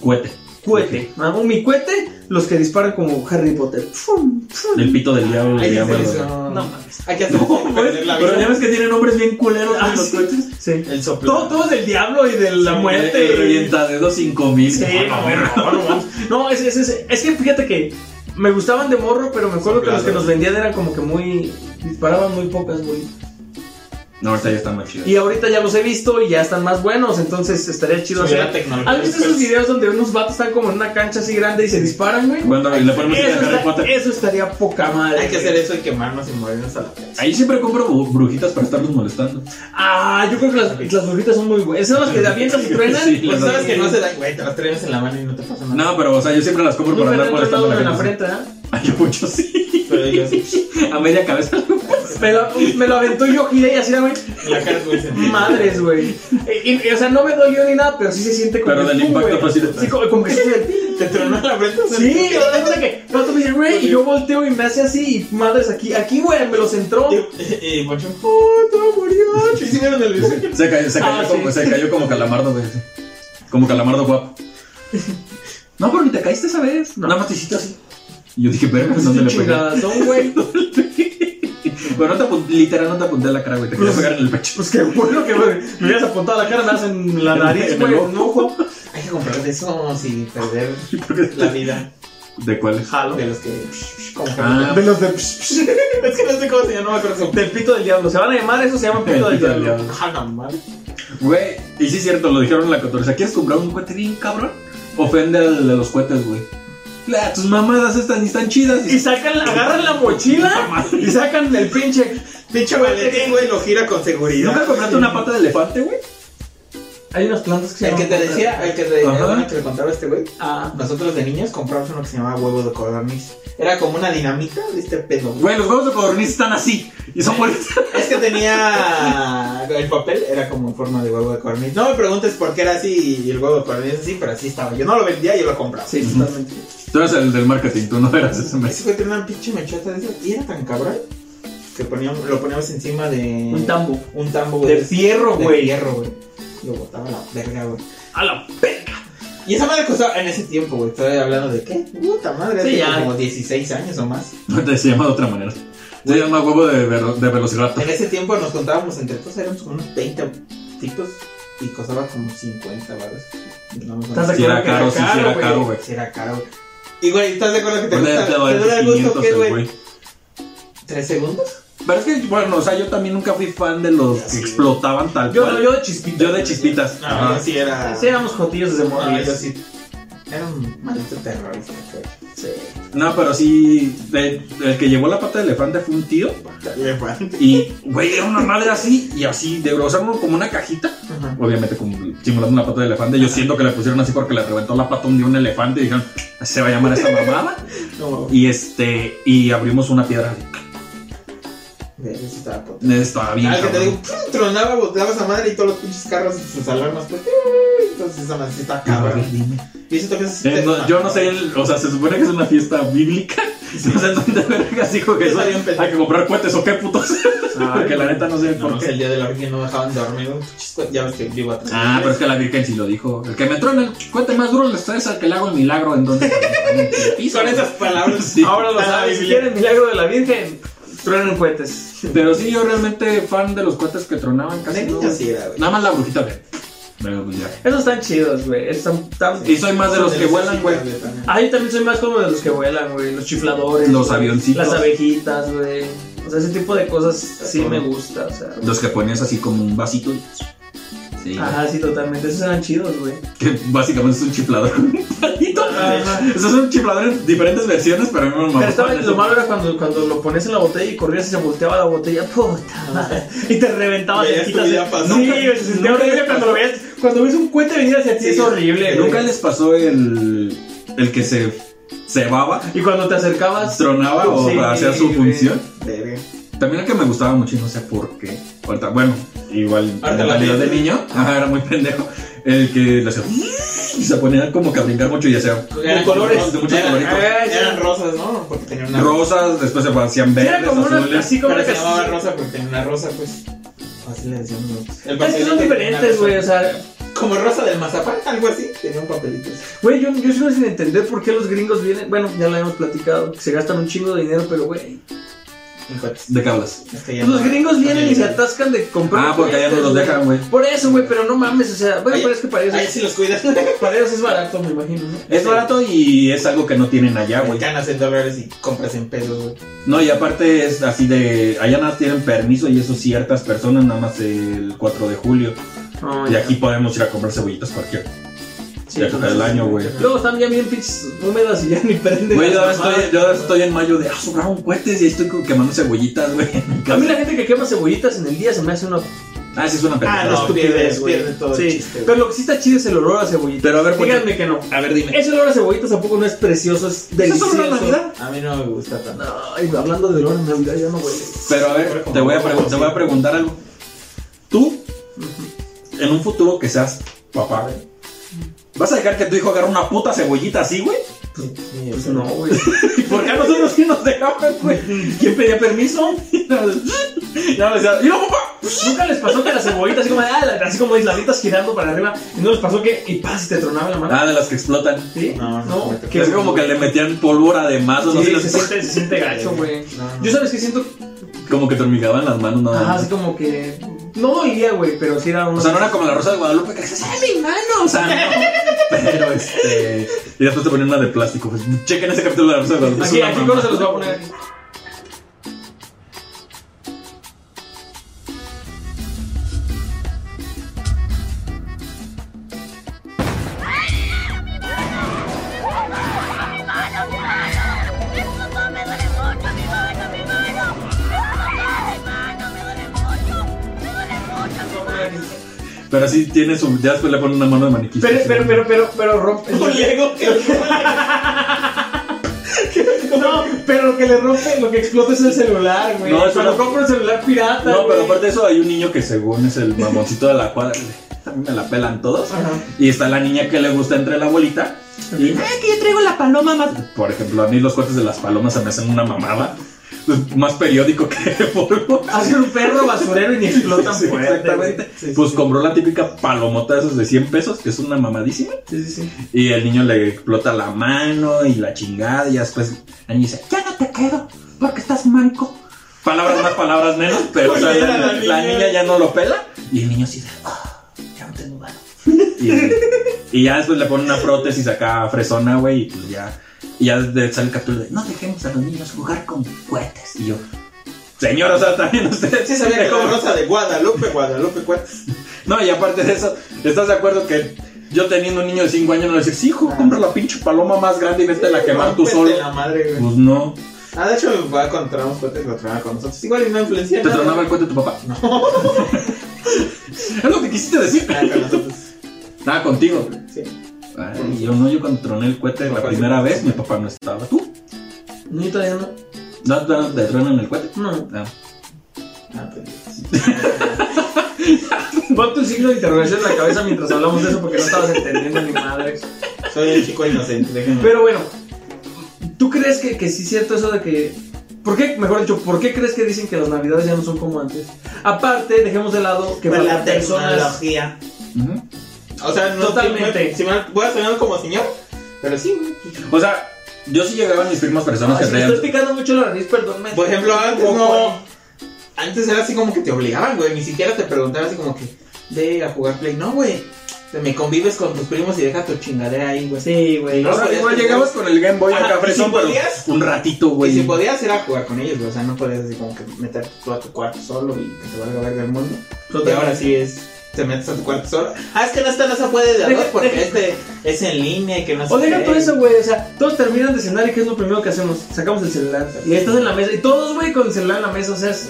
Speaker 4: Cohete.
Speaker 5: Cohete. Ah, Mi cohete, los que disparan como Harry Potter. Fum, fum.
Speaker 4: El pito del diablo. le
Speaker 2: Hay que
Speaker 4: llaman,
Speaker 2: hacer
Speaker 4: güey.
Speaker 2: eso.
Speaker 5: No mames.
Speaker 2: Hay que hacer
Speaker 4: No,
Speaker 2: eso, hay que
Speaker 4: güey,
Speaker 2: perder la
Speaker 4: pero ya
Speaker 2: vida.
Speaker 4: ves que tienen nombres bien culeros
Speaker 5: Ah,
Speaker 4: en los
Speaker 5: sí.
Speaker 4: cohetes.
Speaker 5: Sí.
Speaker 2: El
Speaker 5: Todo,
Speaker 2: soplo.
Speaker 5: todo es del diablo y de la muerte.
Speaker 4: El, el revientadero 5000.
Speaker 5: Sí,
Speaker 4: Ah, la verga.
Speaker 5: no, no, no. No, es, es, es, es que fíjate que me gustaban de morro, pero me acuerdo que los que nos vendían eran como que muy. disparaban muy pocas bolitas.
Speaker 4: No, ahorita ya está más chido.
Speaker 5: Y ahorita ya los he visto y ya están más buenos, entonces estaría chido
Speaker 2: Si hubiera
Speaker 5: hacer.
Speaker 2: pues, tecnología.
Speaker 5: ¿Has visto esos videos donde unos vatos están como en una cancha así grande y se disparan, güey?
Speaker 4: Bueno, y le ponemos el
Speaker 5: Eso,
Speaker 4: de Harry
Speaker 5: está-
Speaker 4: Potter.
Speaker 5: eso estaría poca madre.
Speaker 2: Hay que
Speaker 5: güey.
Speaker 2: hacer eso y quemarnos y morirnos a la vez.
Speaker 4: Ahí siempre compro bu- brujitas para estarlos molestando.
Speaker 5: Ah, yo creo que las, las burritas son muy buenas. Esas son las que te avientas y
Speaker 4: [LAUGHS]
Speaker 5: truenan.
Speaker 4: Sí,
Speaker 2: Pues
Speaker 4: las
Speaker 5: Pues,
Speaker 2: sabes que no se dan, güey, te las traes en la mano y no te pasa nada.
Speaker 4: No, pero o sea, yo siempre las compro
Speaker 5: Nunca
Speaker 4: para
Speaker 5: me
Speaker 4: andar
Speaker 5: han tronado
Speaker 4: molestando a
Speaker 5: en la
Speaker 4: la gente.
Speaker 5: frente, ¿ah?
Speaker 4: [LAUGHS] Ah, yo mucho sí.
Speaker 2: [LAUGHS] Pero yo sí.
Speaker 4: A media cabeza.
Speaker 5: Me lo, me lo aventó y yo giré y así, güey.
Speaker 2: La cara es muy sencilla.
Speaker 5: Madres, güey. Y- y- o sea, no me dolió ni nada, pero sí se siente como.
Speaker 4: Pero
Speaker 5: que
Speaker 4: del
Speaker 5: pum,
Speaker 4: impacto
Speaker 5: güey.
Speaker 4: fue así de-
Speaker 5: Sí, como, como que sí. se-
Speaker 2: Te tronó la frente.
Speaker 5: Sí, o sea, cosa que. Pato me dice, güey, y yo volteo y me hace así, y madres, aquí, aquí, güey, me los entró.
Speaker 2: Y y Poncho, puto, murió. Sí, sí, vieron el video.
Speaker 4: Se cayó, se cayó,
Speaker 5: Ah,
Speaker 4: como,
Speaker 5: sí.
Speaker 4: se cayó como calamardo, güey. sí. Como calamardo
Speaker 5: [LAUGHS]
Speaker 4: guapo. No, pero ni te caíste esa vez. Nada más te hiciste así. Y yo dije, verga, ¿dónde le pegué?
Speaker 5: Chingadazón, güey.
Speaker 4: Pero no te apunté, literal, no te apunté en la cara, güey. Te quería
Speaker 5: [LAUGHS]
Speaker 4: pegar en el pecho. [LAUGHS]
Speaker 5: Pues qué bueno que me, me hubieras apuntado a la cara, me hacen la nariz,
Speaker 4: En el
Speaker 5: güey,
Speaker 4: ojo.
Speaker 5: en un ojo.
Speaker 2: Hay que comprar de esos y perder la vida
Speaker 4: ¿De cuáles?
Speaker 2: Halo. de los que compran.
Speaker 4: Ah,
Speaker 7: De los de. psh, psh.
Speaker 2: [LAUGHS] Es que no sé cómo se llama, no me acuerdo.
Speaker 5: Del pito del diablo. Se van a llamar eso, se llama pito del
Speaker 4: Pito del
Speaker 5: diablo.
Speaker 4: diablo.
Speaker 2: Ah, la madre.
Speaker 4: güey. Y sí es cierto, lo dijeron en la 14. ¿Quieres comprar un cohete bien cabrón? Ofende al de los cohetes, güey. La- tus mamadas estas ni están chidas.
Speaker 5: Y sacan, agarran la
Speaker 4: [LAUGHS]
Speaker 5: mochila y sacan el pinche.
Speaker 2: Pinche maletín, güey, lo gira con seguridad.
Speaker 4: ¿Nunca compraste una pata de elefante, güey?
Speaker 5: Hay unas plantas que se
Speaker 2: El que te decía, el que te
Speaker 4: Ajá.
Speaker 2: el que te contaba este güey.
Speaker 5: Ah,
Speaker 2: Nosotros de niños compramos uno que se llamaba huevo de codorniz. Era como una dinamita de este pedo.
Speaker 4: Güey, los huevos de codorniz están así. Y son bonitos.
Speaker 2: Es que tenía el papel, era como en forma de huevo de codorniz. No me preguntes por qué era así y el huevo de codorniz es así, pero así estaba. Yo no lo vendía, yo lo compraba.
Speaker 5: sí, totalmente.
Speaker 4: Tú eras el del marketing, tú no eras ese mes.
Speaker 2: Ese güey tenía una pinche mechota de esas y era tan cabrón que poníamos, lo poníamos encima de
Speaker 5: Un tambo.
Speaker 2: un tambo güey,
Speaker 5: De fierro,
Speaker 2: Pues, de
Speaker 5: güey.
Speaker 2: hierro, güey. Lo botaba a la verga, güey.
Speaker 5: A la
Speaker 2: Y esa madre costaba en ese tiempo, güey. Estoy hablando de qué? Puta madre,
Speaker 5: Sí,
Speaker 2: hace
Speaker 5: ya.
Speaker 2: como 16 años o más.
Speaker 4: Entonces se llama de otra manera. Se llama huevo de, velo- de velociraptor.
Speaker 2: En ese tiempo nos contábamos entre todos, éramos como unos 30 tipos y costaba como 50 baros. No me acuerdo.
Speaker 5: ¿Estás
Speaker 4: Si
Speaker 5: de acuerdo
Speaker 4: era
Speaker 5: que era
Speaker 4: caro, sí, si
Speaker 5: caro,
Speaker 4: era
Speaker 5: güey?
Speaker 4: caro, güey.
Speaker 2: Si era caro. güey. Y güey, ¿estás de acuerdo que te
Speaker 4: Una
Speaker 2: gusta?
Speaker 4: vez te
Speaker 2: ¿Te dura
Speaker 4: valía
Speaker 2: el gusto
Speaker 4: 500
Speaker 2: qué,
Speaker 4: el
Speaker 2: güey?
Speaker 4: güey.
Speaker 2: ¿Tres segundos?
Speaker 4: Pero es que, bueno, o sea, yo también nunca fui fan de los que explotaban tal
Speaker 5: Yo,
Speaker 4: cual.
Speaker 5: yo de chispito.
Speaker 4: Yo de chispitas.
Speaker 2: No,
Speaker 4: Ajá.
Speaker 2: yo Ah, sí era.
Speaker 5: Sí, éramos jotillos desde
Speaker 2: No,
Speaker 5: morrillos.
Speaker 2: Ah, yo sí. Era un maldito terrorista, güey.
Speaker 4: No, pero sí, de- el que llevó la pata de elefante fue un tío.
Speaker 2: Dale, güey. [LAUGHS]
Speaker 4: Y, güey, era una madre así y así, de grosor, ¿no? como una cajita.
Speaker 2: Ajá.
Speaker 4: Obviamente, como simulando una pata de elefante. Yo siento que la pusieron así porque le reventó la pata un día un elefante y dijeron, se va a llamar esa mamada.
Speaker 2: No,
Speaker 4: Y este, y abrimos una piedra.
Speaker 2: güey, eso estaba potente.
Speaker 4: Estaba bien.
Speaker 2: Ah, que te
Speaker 4: cabrón.
Speaker 2: digo, ¡pum! tronaba, botaba esa madre y todos los pinches carros sus alarmas, pues. ¡eh! Entonces esa madre sí está cabrón. Y siento que eso sí
Speaker 4: Eh,
Speaker 2: te-
Speaker 4: no, yo no sé, el- o sea, se supone que es una fiesta bíblica. No sé dónde vergas dijo que
Speaker 2: Está
Speaker 4: eso-
Speaker 2: bien pendejo. Ah,
Speaker 4: hay que comprar cohetes o qué putos. [LAUGHS] Porque la neta no sé
Speaker 2: No,
Speaker 4: por
Speaker 2: pues,
Speaker 4: qué.
Speaker 2: el día de la Virgen no dejaban dormir, güey. Chisco, Ya ves que vivo atrás.
Speaker 4: Ah, pero es que la Virgen sí lo dijo. El que me entró en el cohete más duro le estoy al que le hago el milagro entonces.
Speaker 5: [LAUGHS]
Speaker 2: Son esas
Speaker 4: [LAUGHS]
Speaker 2: palabras.
Speaker 4: Sí.
Speaker 5: Ahora lo
Speaker 2: Ah,
Speaker 5: sabes. Si
Speaker 2: Biblia.
Speaker 5: quieren milagro de la Virgen, truenen cohetes.
Speaker 4: Pero sí, yo realmente fan de los cohetes que tronaban
Speaker 2: De
Speaker 4: casi. no.
Speaker 2: niño sí era, güey.
Speaker 4: Nada más la brujita de. Pero, pues, ya.
Speaker 5: Esos están chidos, güey. Esos Están, están-
Speaker 4: Y soy más de los que vuelan, güey.
Speaker 5: Ah, yo también soy más como de los que vuelan, güey. Los chifladores.
Speaker 4: Los
Speaker 5: güey.
Speaker 4: avioncitos.
Speaker 5: Las abejitas, güey. O sea, ese tipo de cosas sí me gusta, o sea.
Speaker 4: Los que ponías así como un vasito. Ah. Sí.
Speaker 5: Ajá, sí, totalmente. Esos eran chidos, güey.
Speaker 4: Que básicamente es un chiflador [LAUGHS] con un palito.
Speaker 5: Ajá.
Speaker 4: Eso es un chiflador en diferentes versiones, pero a mí me mamó.
Speaker 5: Pero estaba, lo malo era cuando, cuando lo ponías en la botella y corrías y se volteaba la botella, puta madre. Y te reventaba
Speaker 2: Veías
Speaker 5: de
Speaker 2: tu
Speaker 5: quitas.
Speaker 2: vida pasar.
Speaker 5: Sí, güey, se sentía
Speaker 4: Nunca
Speaker 5: horrible
Speaker 4: les
Speaker 5: cuando lo veías. Cuando ves un cohete venir hacia ti
Speaker 2: Sí,
Speaker 5: es horrible,
Speaker 4: Nunca
Speaker 5: güey.
Speaker 4: les pasó el, el que se cebaba,
Speaker 5: Y cuando te acercabas,
Speaker 4: tronaba o
Speaker 5: Ah, Sí,
Speaker 4: hacía su
Speaker 5: güey.
Speaker 4: función.
Speaker 2: Verga.
Speaker 4: También el que me gustaba mucho y no sé por qué. Ahorita, bueno, igual
Speaker 2: Ahorita
Speaker 4: en
Speaker 2: la
Speaker 4: realidad de
Speaker 2: ves.
Speaker 4: niño, ajá, era muy pendejo. El que le hacía y se ponía como que a brincar mucho y hacía
Speaker 2: Eran
Speaker 4: colores, de muchos
Speaker 2: eran-
Speaker 4: coloritos.
Speaker 2: eran- Eran rosas, ¿no? Porque tenían una
Speaker 4: rosas, después se hacían verdes,
Speaker 5: era como una,
Speaker 4: azules.
Speaker 5: así como
Speaker 2: Pero
Speaker 5: una
Speaker 2: se llamaba
Speaker 5: casilla.
Speaker 2: rosa porque tenía una rosa, pues. Así le decíamos nosotros. El
Speaker 5: Es que
Speaker 2: papelito
Speaker 5: son
Speaker 2: tenía una
Speaker 5: diferentes,
Speaker 2: rosa.
Speaker 5: güey. O sea,
Speaker 2: Como rosa del mazapán, algo así. Tenía un papelito. así.
Speaker 5: güey, yo, yo sigo sin entender por qué los gringos vienen. Bueno, ya lo hemos platicado, que se gastan un chingo de dinero, pero, güey.
Speaker 2: En cohetes.
Speaker 4: ¿De qué hablas?
Speaker 2: Es que ya
Speaker 5: Pues los
Speaker 2: no-
Speaker 5: gringos
Speaker 2: no
Speaker 5: vienen y se
Speaker 2: llegan.
Speaker 5: atascan de comprar.
Speaker 4: Ah, porque allá no los
Speaker 5: cohetes,
Speaker 4: dejan, güey.
Speaker 5: güey. Por eso, güey, pero no mames, o sea, bueno,
Speaker 2: Ahí-
Speaker 5: pero es que para ellos,
Speaker 2: Ahí sí los
Speaker 5: [LAUGHS]
Speaker 2: cuidas.
Speaker 5: para ellos es barato, me imagino, ¿no?
Speaker 4: Es barato y es algo que no tienen allá, güey.
Speaker 2: Ganas en dólares y compras en pesos, güey.
Speaker 4: No, y aparte es así de. Allá nada más tienen permiso y eso ciertas personas, nada más el 4 de julio.
Speaker 5: No,
Speaker 4: Y
Speaker 5: Ah, ya.
Speaker 4: aquí podemos ir a comprar cebollitas cualquier.
Speaker 5: Sí,
Speaker 4: ya toca el
Speaker 5: entonces,
Speaker 4: año, güey.
Speaker 5: Luego están ya bien pinches húmedas y ya ni prenden.
Speaker 4: Güey, yo ahora
Speaker 5: las
Speaker 4: estoy,
Speaker 5: mamadas.
Speaker 4: yo ahora estoy en mayo de. Ah, sobraron cohetes y ahí estoy como quemando cebollitas, güey. en mi
Speaker 5: A mí
Speaker 4: casa.
Speaker 5: la gente que quema cebollitas en el día se me hace una...
Speaker 4: Ah, sí, es una pendejada.
Speaker 2: Ah, no, pierdes,
Speaker 5: güey.
Speaker 2: pierdes todo el
Speaker 5: Sí,
Speaker 2: chiste. güey.
Speaker 5: pero lo que sí está chido es el olor a cebollitas.
Speaker 4: Pero a ver, ¿por qué?
Speaker 5: Díganme que no.
Speaker 4: A ver, dime.
Speaker 5: Ese olor a cebollitas tampoco no es precioso, es delicioso.
Speaker 4: olor a Navidad?
Speaker 2: A mí no me gusta tanto.
Speaker 5: Ay, hablando de olor a Navidad ya no huele.
Speaker 4: Pero a ver, te voy a, pregun- te voy a preguntar algo. Tú, en un futuro que seas papá, güey, ¿vas a dejar que tu hijo agarre una puta cebollita así, güey?
Speaker 2: Ni- ni-
Speaker 5: Pues no, güey.
Speaker 4: ¿Y por qué a nosotros sí nos dejaban, güey? ¿Quién pedía permiso? [LAUGHS] ya me decía, ¡y no, papá!
Speaker 5: Nunca les pasó que las cebollitas así como, ah, la- así como aisladitas girando para arriba. Y no les pasó que, y paz, te tronaba la mano.
Speaker 4: Ah, de las que explotan.
Speaker 5: ¿Sí?
Speaker 2: No, no, no.
Speaker 5: qué
Speaker 4: es como que le metían pólvora además, o no
Speaker 5: Sí,
Speaker 4: sé, las-
Speaker 5: se, siente, se siente gacho, güey.
Speaker 2: No, no.
Speaker 5: Yo sabes que siento
Speaker 4: como que te hormigaban las manos, nada
Speaker 5: Ajá,
Speaker 4: más.
Speaker 5: así como que. No dolía, güey, pero sí era un.
Speaker 4: O sea, no era como la rosa de Guadalupe que dices, ¡ay, mi mano! O sea, no. Pero este. Y después te ponen una de plástico. Pues chequen ese capítulo de la Rosa de Guadalupe. Es
Speaker 5: Aquí,
Speaker 4: una
Speaker 5: aquí,
Speaker 4: mamá.
Speaker 5: ¿cómo se los va a poner?
Speaker 4: Pero así tiene su. Ya después le ponen una mano de maniquí.
Speaker 5: Pero,
Speaker 4: Así.
Speaker 5: pero, pero, pero, pero rompe.
Speaker 2: Un Lego
Speaker 5: [LAUGHS]
Speaker 2: que
Speaker 5: No, pero lo que le rompe, lo que explota es el celular, güey.
Speaker 4: No, es
Speaker 5: Cuando
Speaker 4: una-
Speaker 5: compro el celular pirata.
Speaker 4: No, pero
Speaker 5: güey.
Speaker 4: aparte de eso, hay un niño que según es el mamoncito de la cuadra. A mí me la pelan todos. Y está la niña que le gusta entre la abuelita. Y, "Ah, que yo traigo la paloma más. Por ejemplo, a mí los cortes de las palomas se me hacen una mamada. pues, Más periódico que polvo.
Speaker 5: Hacen un perro basurero y ni explotan
Speaker 4: [LAUGHS] Sí,
Speaker 5: fuerte,
Speaker 4: exactamente.
Speaker 5: güey. Sí,
Speaker 4: pues
Speaker 5: sí,
Speaker 4: compró la típica palomota de esos de 100 pesos, que es una mamadísima.
Speaker 5: sí, sí, sí.
Speaker 4: Y el niño le explota la mano y la chingada. Y ya después la niña dice: Ya no te quedo, porque estás manco. Palabras más, palabras menos, pero o sea,
Speaker 2: Oye,
Speaker 4: la,
Speaker 2: Pues la
Speaker 4: la
Speaker 2: niña.
Speaker 4: niña. ya no lo pela. Y el niño sí dice: "Ah, Ya no tengo mano. Y, y ya después le pone una prótesis acá fresona, güey. Y pues ya. Y ya de- sale el capítulo de: No dejemos a los niños jugar con cohetes. Y yo: Señor, o sea, también usted.
Speaker 2: Sí
Speaker 4: [LAUGHS]
Speaker 2: sabía que
Speaker 4: dejó-
Speaker 2: la rosa de Guadalupe, Guadalupe, cuates.
Speaker 4: no, y aparte de eso, ¿estás de acuerdo que yo teniendo un niño de 5 años no le decía, sí,
Speaker 2: Ah.
Speaker 4: hijo, compra la pinche paloma más grande y vete a la quemar tú
Speaker 2: Rompete
Speaker 4: solo?
Speaker 2: la madre, güey.
Speaker 4: Pues no.
Speaker 2: Ah, de hecho, mi papá cuando tronamos cuates lo tronaba con nosotros. Igual y no influencia.
Speaker 4: ¿Te
Speaker 2: nada.
Speaker 4: tronaba el cuento de tu papá? No. [LAUGHS] es lo que quisiste decir.
Speaker 2: Ah, con nosotros.
Speaker 4: Nada, contigo.
Speaker 2: Sí.
Speaker 4: Ay, yo no, yo cuando troné el cohete la primera vez, mi papá no estaba. ¿Tú?
Speaker 5: No, yo todavía no.
Speaker 4: ¿No no, te tronan el cohete?
Speaker 5: No.
Speaker 4: No.
Speaker 2: Ah, pues.
Speaker 5: Pon tu signo de interrogación en la cabeza mientras hablamos de eso porque no estabas entendiendo ni madre.
Speaker 2: Soy un chico inocente, déjenme.
Speaker 5: Pero bueno, ¿tú crees que, que sí es cierto eso de que... ¿Por qué, mejor dicho, por qué crees que dicen que las navidades ya no son como antes? Aparte, dejemos de lado que
Speaker 4: Pues
Speaker 2: Por
Speaker 5: para
Speaker 2: la tecnología.
Speaker 4: Ujú.
Speaker 2: O sea, no
Speaker 5: Totalmente.
Speaker 2: Si me, voy a sonar como señor, pero sí, güey.
Speaker 4: O sea, yo sí llegaban mis primas personas
Speaker 5: Ay,
Speaker 4: que
Speaker 5: si me
Speaker 4: traían.
Speaker 5: estoy picando mucho la nariz, perdónme.
Speaker 2: Por ejemplo, antes
Speaker 5: Como
Speaker 2: no. Antes era así como que te obligaban, güey. Ni siquiera te preguntaban así como que ve a jugar play. No, güey. Te me convives con tus primos y deja tu chingadera ahí, güey.
Speaker 5: Sí, güey.
Speaker 2: No,
Speaker 4: Ahora
Speaker 2: podías
Speaker 4: igual
Speaker 2: tener-
Speaker 4: llegabas con el Game Boy
Speaker 2: Ajá,
Speaker 4: acá
Speaker 2: ¿y
Speaker 4: fresón,
Speaker 2: si
Speaker 4: pero
Speaker 2: podías?
Speaker 4: un ratito,
Speaker 2: Y si
Speaker 4: güey.
Speaker 2: podías era jugar con ellos, güey. O sea, no podías así como que meter tú a tu cuarto solo y que te valga verga el mundo. Y ahora sí es. Te metes a tu cuarto solo. Ah, es que no, esta no se puede de a
Speaker 5: Deja-
Speaker 2: dos porque
Speaker 5: deja-
Speaker 2: este es en línea y que no se
Speaker 5: O deja
Speaker 2: puede.
Speaker 5: todo eso, güey. O sea, todos terminan de cenar y ¿qué es lo primero que hacemos? Sacamos el celular. Y ahí estás en la mesa. Y todos, güey, con el celular en la mesa. O sea, es,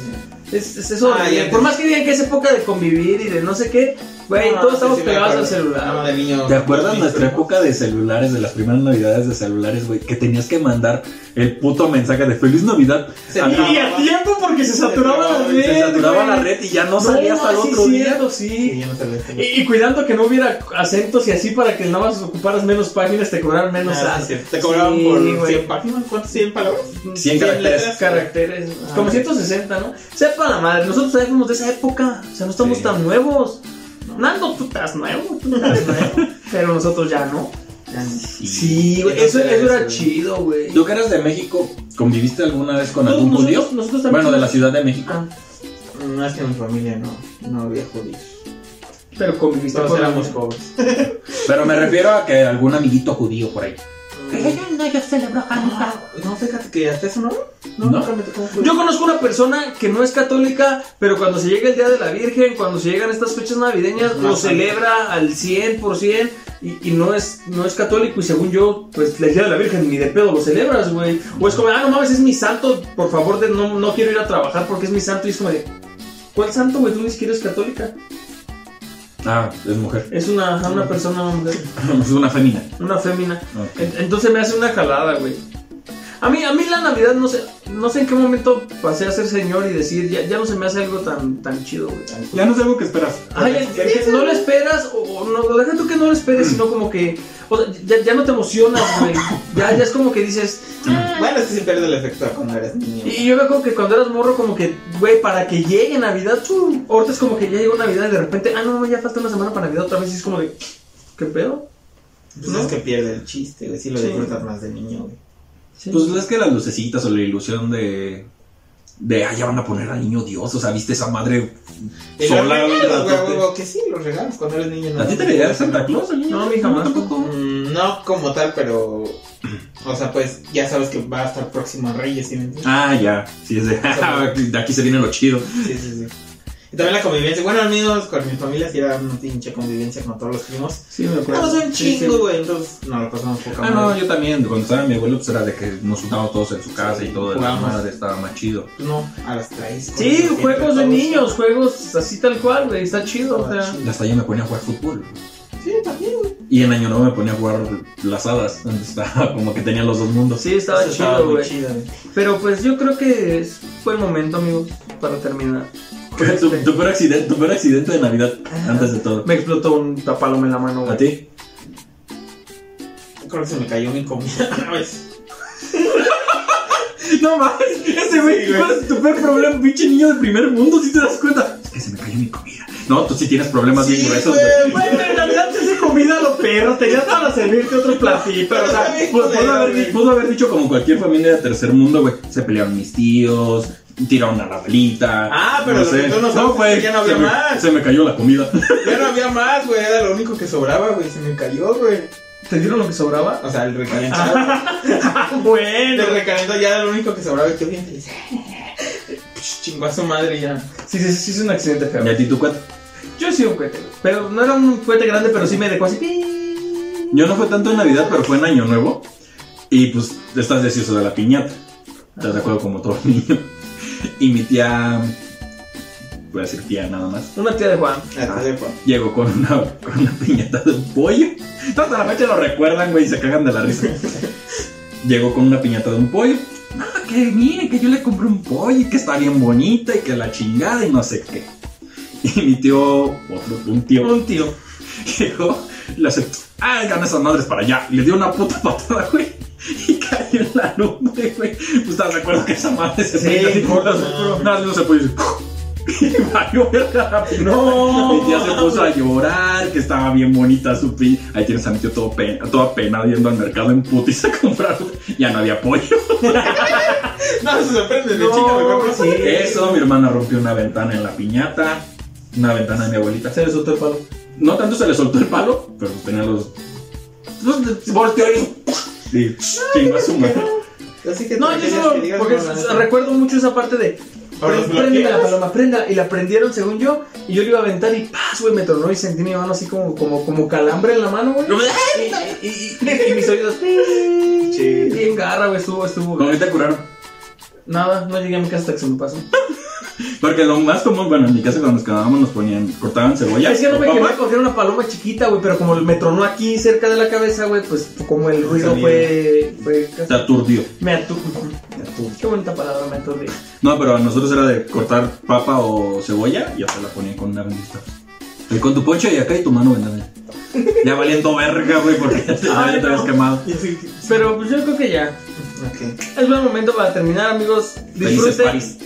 Speaker 5: es, es eso.
Speaker 2: Ah, ya
Speaker 5: Por
Speaker 2: te-
Speaker 5: más que digan que es época de convivir y de no sé qué, güey,
Speaker 2: No,
Speaker 5: todos
Speaker 2: Ah, sí,
Speaker 5: estamos
Speaker 2: sí me
Speaker 5: pegados al
Speaker 2: acuerdo. Ah,
Speaker 5: celular.
Speaker 2: No, de niño.
Speaker 4: ¿Te acuerdas
Speaker 2: Sí,
Speaker 4: nuestra
Speaker 2: pero-
Speaker 4: época de celulares, de las primeras navidades de celulares, güey? Que tenías que mandar el puto mensaje de Feliz Navidad.
Speaker 2: Se
Speaker 4: a-
Speaker 2: trababa.
Speaker 5: Y a tiempo porque se saturaba la red.
Speaker 4: se saturaba
Speaker 5: güey.
Speaker 4: la red y ya no salía hasta el
Speaker 5: sí,
Speaker 4: otro día.
Speaker 5: cierto,
Speaker 2: Sí,
Speaker 5: sí.
Speaker 2: ya no se ve.
Speaker 5: Y, y cuidando que no hubiera acentos y así para que nada más ocuparas menos páginas, te cobraran menos
Speaker 2: Ah,
Speaker 5: as-
Speaker 2: sí, Te cobraban
Speaker 5: Sí,
Speaker 2: por
Speaker 5: güey.
Speaker 2: 100 páginas. ¿Cuántas 100 palabras?
Speaker 4: 100 caracteres.
Speaker 2: letras.
Speaker 5: caracteres.
Speaker 2: Ah.
Speaker 5: como 160, ¿no? Sepa la madre, nosotros todavía fuimos de esa época. O sea, no estamos
Speaker 4: Sí.
Speaker 5: tan nuevos. Nando, tú estás nuevo, tú
Speaker 4: [LAUGHS]
Speaker 5: estás nuevo. Pero nosotros ya no. Sí, güey. Eso, eso era chido, güey.
Speaker 4: ¿Tú que eras de México, conviviste alguna vez con
Speaker 5: Todos
Speaker 4: algún judío?
Speaker 5: nosotros- nosotros también
Speaker 4: Bueno, de la
Speaker 5: somos-
Speaker 4: Ciudad de México.
Speaker 5: Ah,
Speaker 2: Mm, No es que en mi familia no, no había judíos.
Speaker 5: pero conviviste
Speaker 2: Todos
Speaker 5: con
Speaker 2: éramos
Speaker 5: alguien.
Speaker 2: pobres.
Speaker 4: Pero me refiero a que algún amiguito judío por ahí.
Speaker 2: Ah, no, fíjate que hasta eso no.
Speaker 4: ¿No?
Speaker 2: nunca me tocó un judío.
Speaker 5: Yo conozco una persona que no es católica, pero cuando se llega el Día de la Virgen, cuando se llegan estas fechas navideñas, lo
Speaker 2: Ajá.
Speaker 5: celebra al 100% y, y no, es, no es católico. Y según yo, pues el Día de la Virgen ni de pedo lo celebras, güey. O es como, ah, no mames, es mi santo, por favor, de- no, no quiero ir a trabajar porque es mi santo. Y es como de, ¿cuál santo, güey? Tú ni siquiera eres católica.
Speaker 4: Ah, es mujer. [LAUGHS]
Speaker 5: Es una, ajá, una persona, una mujer,
Speaker 4: es una femina.
Speaker 5: una fémina.
Speaker 4: Ok.
Speaker 5: En- Entonces me hace una jalada, güey. A mí, a mí la Navidad no sé, no sé en qué momento pasé a ser señor y decir, ya, ya no se me hace algo tan, tan chido, güey.
Speaker 4: Ya no es algo que esperas.
Speaker 5: Ay, es- no lo esperas, o, o no, o deja tú que no lo esperes, sino como que, o sea, ya, ya no te emocionas, güey. Ya, ya es como que dices,
Speaker 2: Bueno, es que sí pierde el efecto cuando eres niño.
Speaker 5: y yo veo como que cuando eras morro, como que, güey, para que llegue Navidad, chum, ahorita es como que ya llegó Navidad y de repente, ah, no, ya falta una semana para Navidad otra vez, y es como de, ¿qué pedo?
Speaker 2: Pues
Speaker 5: ¿no?
Speaker 2: es que pierde el chiste, güey. Si lo
Speaker 5: Sí.
Speaker 2: disfrutas más de niño, güey.
Speaker 5: Sí.
Speaker 8: Pues es que las lucecitas o la ilusión de. De, ah, ya van a poner al niño Dios, o sea, viste esa madre.
Speaker 2: Y los
Speaker 8: Sola,
Speaker 2: regalos, güey,
Speaker 8: ratote.
Speaker 2: güey, güey, que sí, los regalos cuando eres niño.
Speaker 8: ¿A ti te le
Speaker 2: a
Speaker 8: a Santa Claus al niño?
Speaker 5: No, a mí jamás.
Speaker 8: Tampoco.
Speaker 2: Mm, no como tal, pero. O sea, pues ya sabes que va a estar próximo a Reyes, ¿sí me entiendes?
Speaker 4: Ah, ya. Sí, es de, [LAUGHS] de aquí se viene lo chido.
Speaker 2: Sí, sí, sí. Y también la convivencia. Bueno, amigos, con mi familia sí era una pinche convivencia con todos los primos.
Speaker 5: Sí, me acuerdo.
Speaker 2: Éramos un
Speaker 5: Sí, sí.
Speaker 2: chingo, güey. Entonces, no, lo pasamos poca
Speaker 4: Ah,
Speaker 2: madre.
Speaker 4: no, yo también. Cuando estaba mi abuelo, pues era de que nos juntábamos todos en su casa y todo. De la
Speaker 2: Jugábamos.
Speaker 4: madre estaba más chido.
Speaker 2: No, a las 3.
Speaker 5: Sí, juegos de niños, juegos así tal cual, güey. Está chido, o sea.
Speaker 4: Y hasta yo me ponía a jugar fútbol.
Speaker 2: Sí, también, güey.
Speaker 4: Y en Año Nuevo me ponía a jugar las hadas. Donde estaba [LAUGHS] como que tenía los dos mundos.
Speaker 5: Sí, estaba
Speaker 2: Eso
Speaker 5: chido,
Speaker 2: muy
Speaker 5: güey.
Speaker 2: chido, güey.
Speaker 5: Pero pues yo creo que es buen momento, amigos, para
Speaker 2: [LAUGHS]
Speaker 5: terminar. Este,
Speaker 4: Tu, tu peor accidente, tu peor accidente de Navidad, antes de todo.
Speaker 5: Me explotó un tapaloma en la mano,
Speaker 4: ¿A
Speaker 5: güey.
Speaker 4: ti?
Speaker 2: Creo que se me cayó mi comida [LAUGHS] una vez.
Speaker 4: No mames, ese güey, ¿cuál es tu peor problema? Pinche niño del primer mundo, si te das cuenta. Es que se me cayó mi comida. No, tú sí tienes problemas bien gruesos, güey.
Speaker 5: Bueno, en realidad se hace comida a lo perro, tenías para servirte otro platito, pero o sea, pues,
Speaker 2: Ay,
Speaker 4: Pudo, pudo haber,
Speaker 2: güey.
Speaker 4: di- pudo haber dicho como cualquier familia de tercer mundo, güey. Se pelearon mis tíos, tiraron a la abuelita.
Speaker 2: Ah, pero lo que tú no sabes es que ya no había
Speaker 4: se me-
Speaker 2: más.
Speaker 4: se me cayó la comida. [LAUGHS]
Speaker 2: Ya no había más, güey. Era lo único que sobraba, güey. Se me cayó, güey.
Speaker 5: ¿te dieron lo que sobraba?
Speaker 2: O sea, el recalentado.
Speaker 5: Ah, bueno.
Speaker 2: el recalentado ya era lo único que sobraba. Y yo bien [LAUGHS] feliz. "Pues, Chingó a su madre ya.
Speaker 5: Sí, sí, sí, es un accidente feo.
Speaker 4: ¿Y a ti tu cuate?
Speaker 5: Yo sí un cohete, güey. pero no era un cohete grande, pero sí me dejó así. pi.
Speaker 4: Yo no fue tanto en Navidad, pero fue en Año Nuevo. Y pues estás deseoso de la piñata. Estás de acuerdo como todo [LAUGHS] niño. Y mi tía, voy a decir tía nada más,
Speaker 5: Una tía de Juan.
Speaker 2: Ah, de acuerdo.
Speaker 4: llegó con una, con una piñata de un pollo. Hasta la fecha lo recuerdan, güey, y se cagan de la risa. Llegó con una piñata de un pollo. No, que mire, que yo le compré un pollo y que está bien bonita y que la chingada y no sé qué. Y mi tío, otro, un tío,
Speaker 5: Un tío.
Speaker 4: [LAUGHS] Llegó, le hace, ah, ganan esas madres para allá. Y le dio una puta patada, güey. Y cayó en la lumbre, güey. Pues estás de acuerdo que esa madre se
Speaker 5: Sí,
Speaker 4: prende así por las.
Speaker 2: no.
Speaker 4: Nada, no se puede decir. [LAUGHS] Y valió verga.
Speaker 5: No.
Speaker 4: Mi tía se puso a llorar, que estaba bien bonita su pi. Ahí tienes a mi tío todo, pe- todo apenado yendo al mercado en putis a comprar. Ya no había pollo.
Speaker 2: No, se sorprende. De
Speaker 5: No,
Speaker 2: chica me compro.
Speaker 5: sí.
Speaker 4: Eso, mi hermana rompió una ventana en la piñata. Una ventana de mi abuelita.
Speaker 5: Se le soltó el palo.
Speaker 4: No tanto se le soltó el palo, pero tenía los. los- Volteó y. Y chingó a su madre.
Speaker 2: Así que
Speaker 5: No,
Speaker 2: te
Speaker 5: yo
Speaker 2: callas
Speaker 5: solo.
Speaker 2: que digas,
Speaker 5: Porque
Speaker 2: no, la
Speaker 5: s-
Speaker 2: neta.
Speaker 5: recuerdo mucho esa parte de.
Speaker 2: ¿O los
Speaker 5: "Pre- Prende la
Speaker 2: bloqueas?
Speaker 5: paloma, prenda. Y la prendieron según yo. Y yo le iba a aventar y paz, güey, me tornó y sentí mi mano así como, como, como calambre en la mano, güey. Y, y- [LAUGHS] y- y mis oídos. "Pi".
Speaker 2: Sí.
Speaker 5: Bien garra, güey, estuvo, estuvo.
Speaker 4: ¿Con qué te curaron?
Speaker 5: Nada, no llegué a mi casa hasta que se me pasó.
Speaker 4: Porque lo más común, bueno, en mi casa cuando nos quedábamos nos ponían, cortaban cebolla.
Speaker 5: Es que no
Speaker 4: con
Speaker 5: me quería
Speaker 4: papas.
Speaker 5: coger una paloma chiquita, güey, pero como me tronó aquí cerca de la cabeza, güey, pues como el ruido fue. fue casi-
Speaker 4: Te aturdió.
Speaker 5: Me aturdió. Qué bonita palabra, me aturdió.
Speaker 4: No, pero a nosotros era de cortar papa o cebolla y hasta la ponían con una bendita. Ahí con tu poncho y acá y tu mano vendada. Ya valiendo verga, güey, porque ya te,
Speaker 5: Ay,
Speaker 4: ya te
Speaker 5: Ah, no.
Speaker 4: habías quemado.
Speaker 5: Pero pues yo creo que ya.
Speaker 2: Ok.
Speaker 5: Es buen momento para terminar, amigos.
Speaker 4: Felices
Speaker 5: Disfruten.
Speaker 4: paris.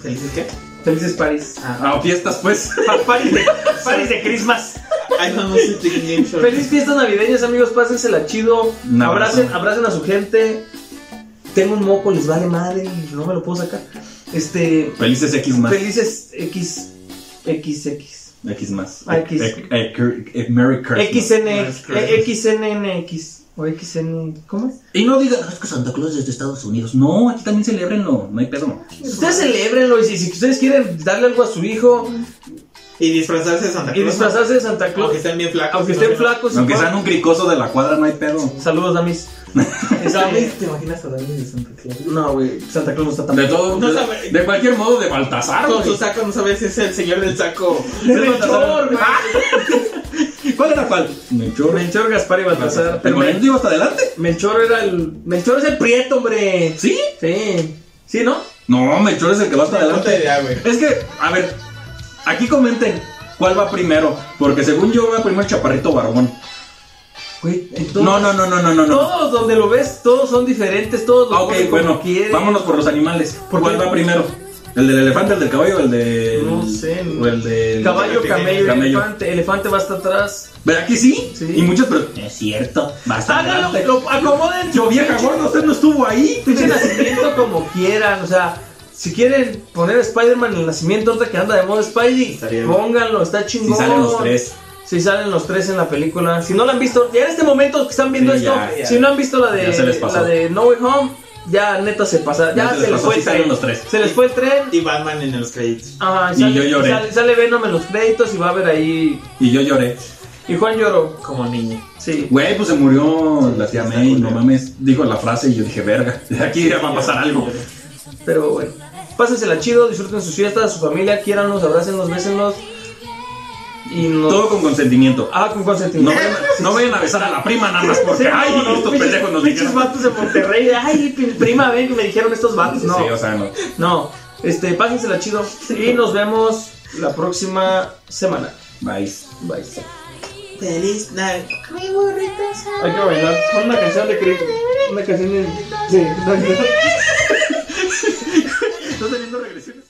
Speaker 2: ¿Felices qué?
Speaker 5: Felices París.
Speaker 4: Ah, o fiestas, pues. [LAUGHS]
Speaker 5: París de, París de Christmas.
Speaker 2: Ay, no, no sé, Chicken Game Show.
Speaker 5: Feliz fiestas navideñas, amigos. Pásensela chido.
Speaker 4: Un abrazo.
Speaker 5: Abracen, abracen a su gente. Tengo un moco, les vale madre. No me lo puedo sacar. Este.
Speaker 4: Felices X más.
Speaker 5: Felices X. XX.
Speaker 4: X más.
Speaker 5: X.
Speaker 4: Eh, eh, eh, eh, Merry Christmas.
Speaker 5: XN,
Speaker 2: Más Christmas.
Speaker 5: XNNX o XN, ¿cómo es?
Speaker 4: Y no digan, "Ah, es que Santa Claus es de Estados Unidos. No, aquí también celebrenlo, no hay pedo.
Speaker 5: Ustedes celebrenlo y si, si ustedes quieren darle algo a su hijo
Speaker 2: Y disfrazarse de Santa
Speaker 5: y
Speaker 2: Claus.
Speaker 5: disfrazarse de Santa
Speaker 2: Aunque
Speaker 5: Claus,
Speaker 2: estén bien flacos.
Speaker 5: aunque
Speaker 2: no,
Speaker 5: estén
Speaker 2: no.
Speaker 5: flacos,
Speaker 4: Aunque
Speaker 5: igual-
Speaker 4: sean un cricoso de la cuadra, no hay pedo.
Speaker 5: saludos Damis. Este,
Speaker 2: Damis, ¿Te imaginas a Damis de Santa Claus?
Speaker 5: no, güey, Santa Claus no está tan
Speaker 4: De todo,
Speaker 2: No
Speaker 4: de,
Speaker 2: sabe.
Speaker 4: de cualquier modo, de Baltasar.
Speaker 2: Ah, Con
Speaker 4: güey.
Speaker 2: su saco, no sabes si es el señor del saco.
Speaker 5: De Melchor, güey.
Speaker 4: Ah. ¿Cuál era cuál? Melchor. eh.
Speaker 5: Melchor, Gaspar y Baltasar.
Speaker 4: ¿El
Speaker 5: Pero
Speaker 4: moreno iba hasta adelante?
Speaker 5: Mel- Melchor era el Melchor es el prieto, hombre.
Speaker 4: ¿Sí?
Speaker 5: Sí. ¿Sí, no?
Speaker 4: No, Melchor es el que va hasta
Speaker 2: No
Speaker 4: adelante.
Speaker 2: te idea, güey.
Speaker 4: Es que, a ver, aquí comenten cuál va primero. Porque según yo va primero el chaparrito barbón.
Speaker 5: Güey, en todos-
Speaker 4: No, no, no, no, no, no. no.
Speaker 5: Todos donde lo ves, todos son diferentes, todos los
Speaker 4: Ah, ok,
Speaker 5: ponen como
Speaker 4: bueno,
Speaker 5: quieren.
Speaker 4: vámonos por los animales.
Speaker 5: ¿Por
Speaker 4: ¿Cuál
Speaker 5: qué?
Speaker 4: va primero? ¿El del elefante, el del caballo, el de.
Speaker 5: No sé, no.
Speaker 4: O el del.
Speaker 5: Caballo, camello, y
Speaker 4: Camello.
Speaker 5: elefante. Elefante va hasta atrás.
Speaker 4: ¿Verdad que sí?
Speaker 5: Sí.
Speaker 4: Y muchos, pero. Es cierto. Bastante.
Speaker 5: Háganlo, lo acomoden.
Speaker 4: Yo, vieja gorda, usted no estuvo ahí.
Speaker 5: Pinche nacimiento como quieran. O sea, si quieren poner a Spider-Man en el nacimiento, ahorita que anda de moda Spidey,
Speaker 2: Estaría bien.
Speaker 5: pónganlo, está
Speaker 4: Si
Speaker 5: chingón.
Speaker 4: salen los tres.
Speaker 5: Si salen los tres en la película. Si no la han visto, ya en este momento que están viendo
Speaker 4: Sí,
Speaker 5: esto,
Speaker 4: ya,
Speaker 2: ya.
Speaker 5: si no han visto la de,
Speaker 4: Ya se les pasó.
Speaker 5: la de No Way Home, ya neta se pasa. Ya
Speaker 4: Ya
Speaker 5: se, les
Speaker 4: pasó,
Speaker 5: fue
Speaker 4: sí
Speaker 5: el
Speaker 4: salen
Speaker 5: tren.
Speaker 4: los tres.
Speaker 5: Se les fue el tren.
Speaker 2: Y Batman en los créditos.
Speaker 5: Ajá,
Speaker 4: Y yo lloré.
Speaker 5: Sale, sale Venom en los créditos y va a haber ahí.
Speaker 4: Y yo lloré.
Speaker 5: Y Juan lloró.
Speaker 2: Como niño.
Speaker 5: Sí.
Speaker 4: Güey, pues se murió la tía
Speaker 2: está
Speaker 4: May, no
Speaker 2: culero.
Speaker 4: mames. Dijo la frase y yo dije, verga, de aquí ya va a pasar algo.
Speaker 5: Pero bueno. Pásensela chido, disfruten sus fiestas, su familia, quiéranlos, abrácenlos, bésenlos. Y no.
Speaker 4: Todo con consentimiento.
Speaker 5: Ah, con
Speaker 4: No,
Speaker 5: consentimiento.
Speaker 4: vayan- no vayan a besar a la prima nada más
Speaker 5: Sí,
Speaker 4: porque, ay,
Speaker 5: no, no,
Speaker 4: estos
Speaker 5: pinches-
Speaker 4: pendejos nos
Speaker 5: pinches
Speaker 4: dijeron.
Speaker 5: vatos de Monterrey. Ay, pin- prima, ven, me dijeron estos vatos. No,
Speaker 4: Sí, o sea, no.
Speaker 5: no. Este, pásensela chido. Y nos vemos la próxima semana.
Speaker 4: Bye.
Speaker 5: Bye.
Speaker 2: Feliz Navidad.
Speaker 5: Hay que bailar. Pon una canción de Chris. Una canción de. Sí,
Speaker 4: ¿Estás teniendo regresiones?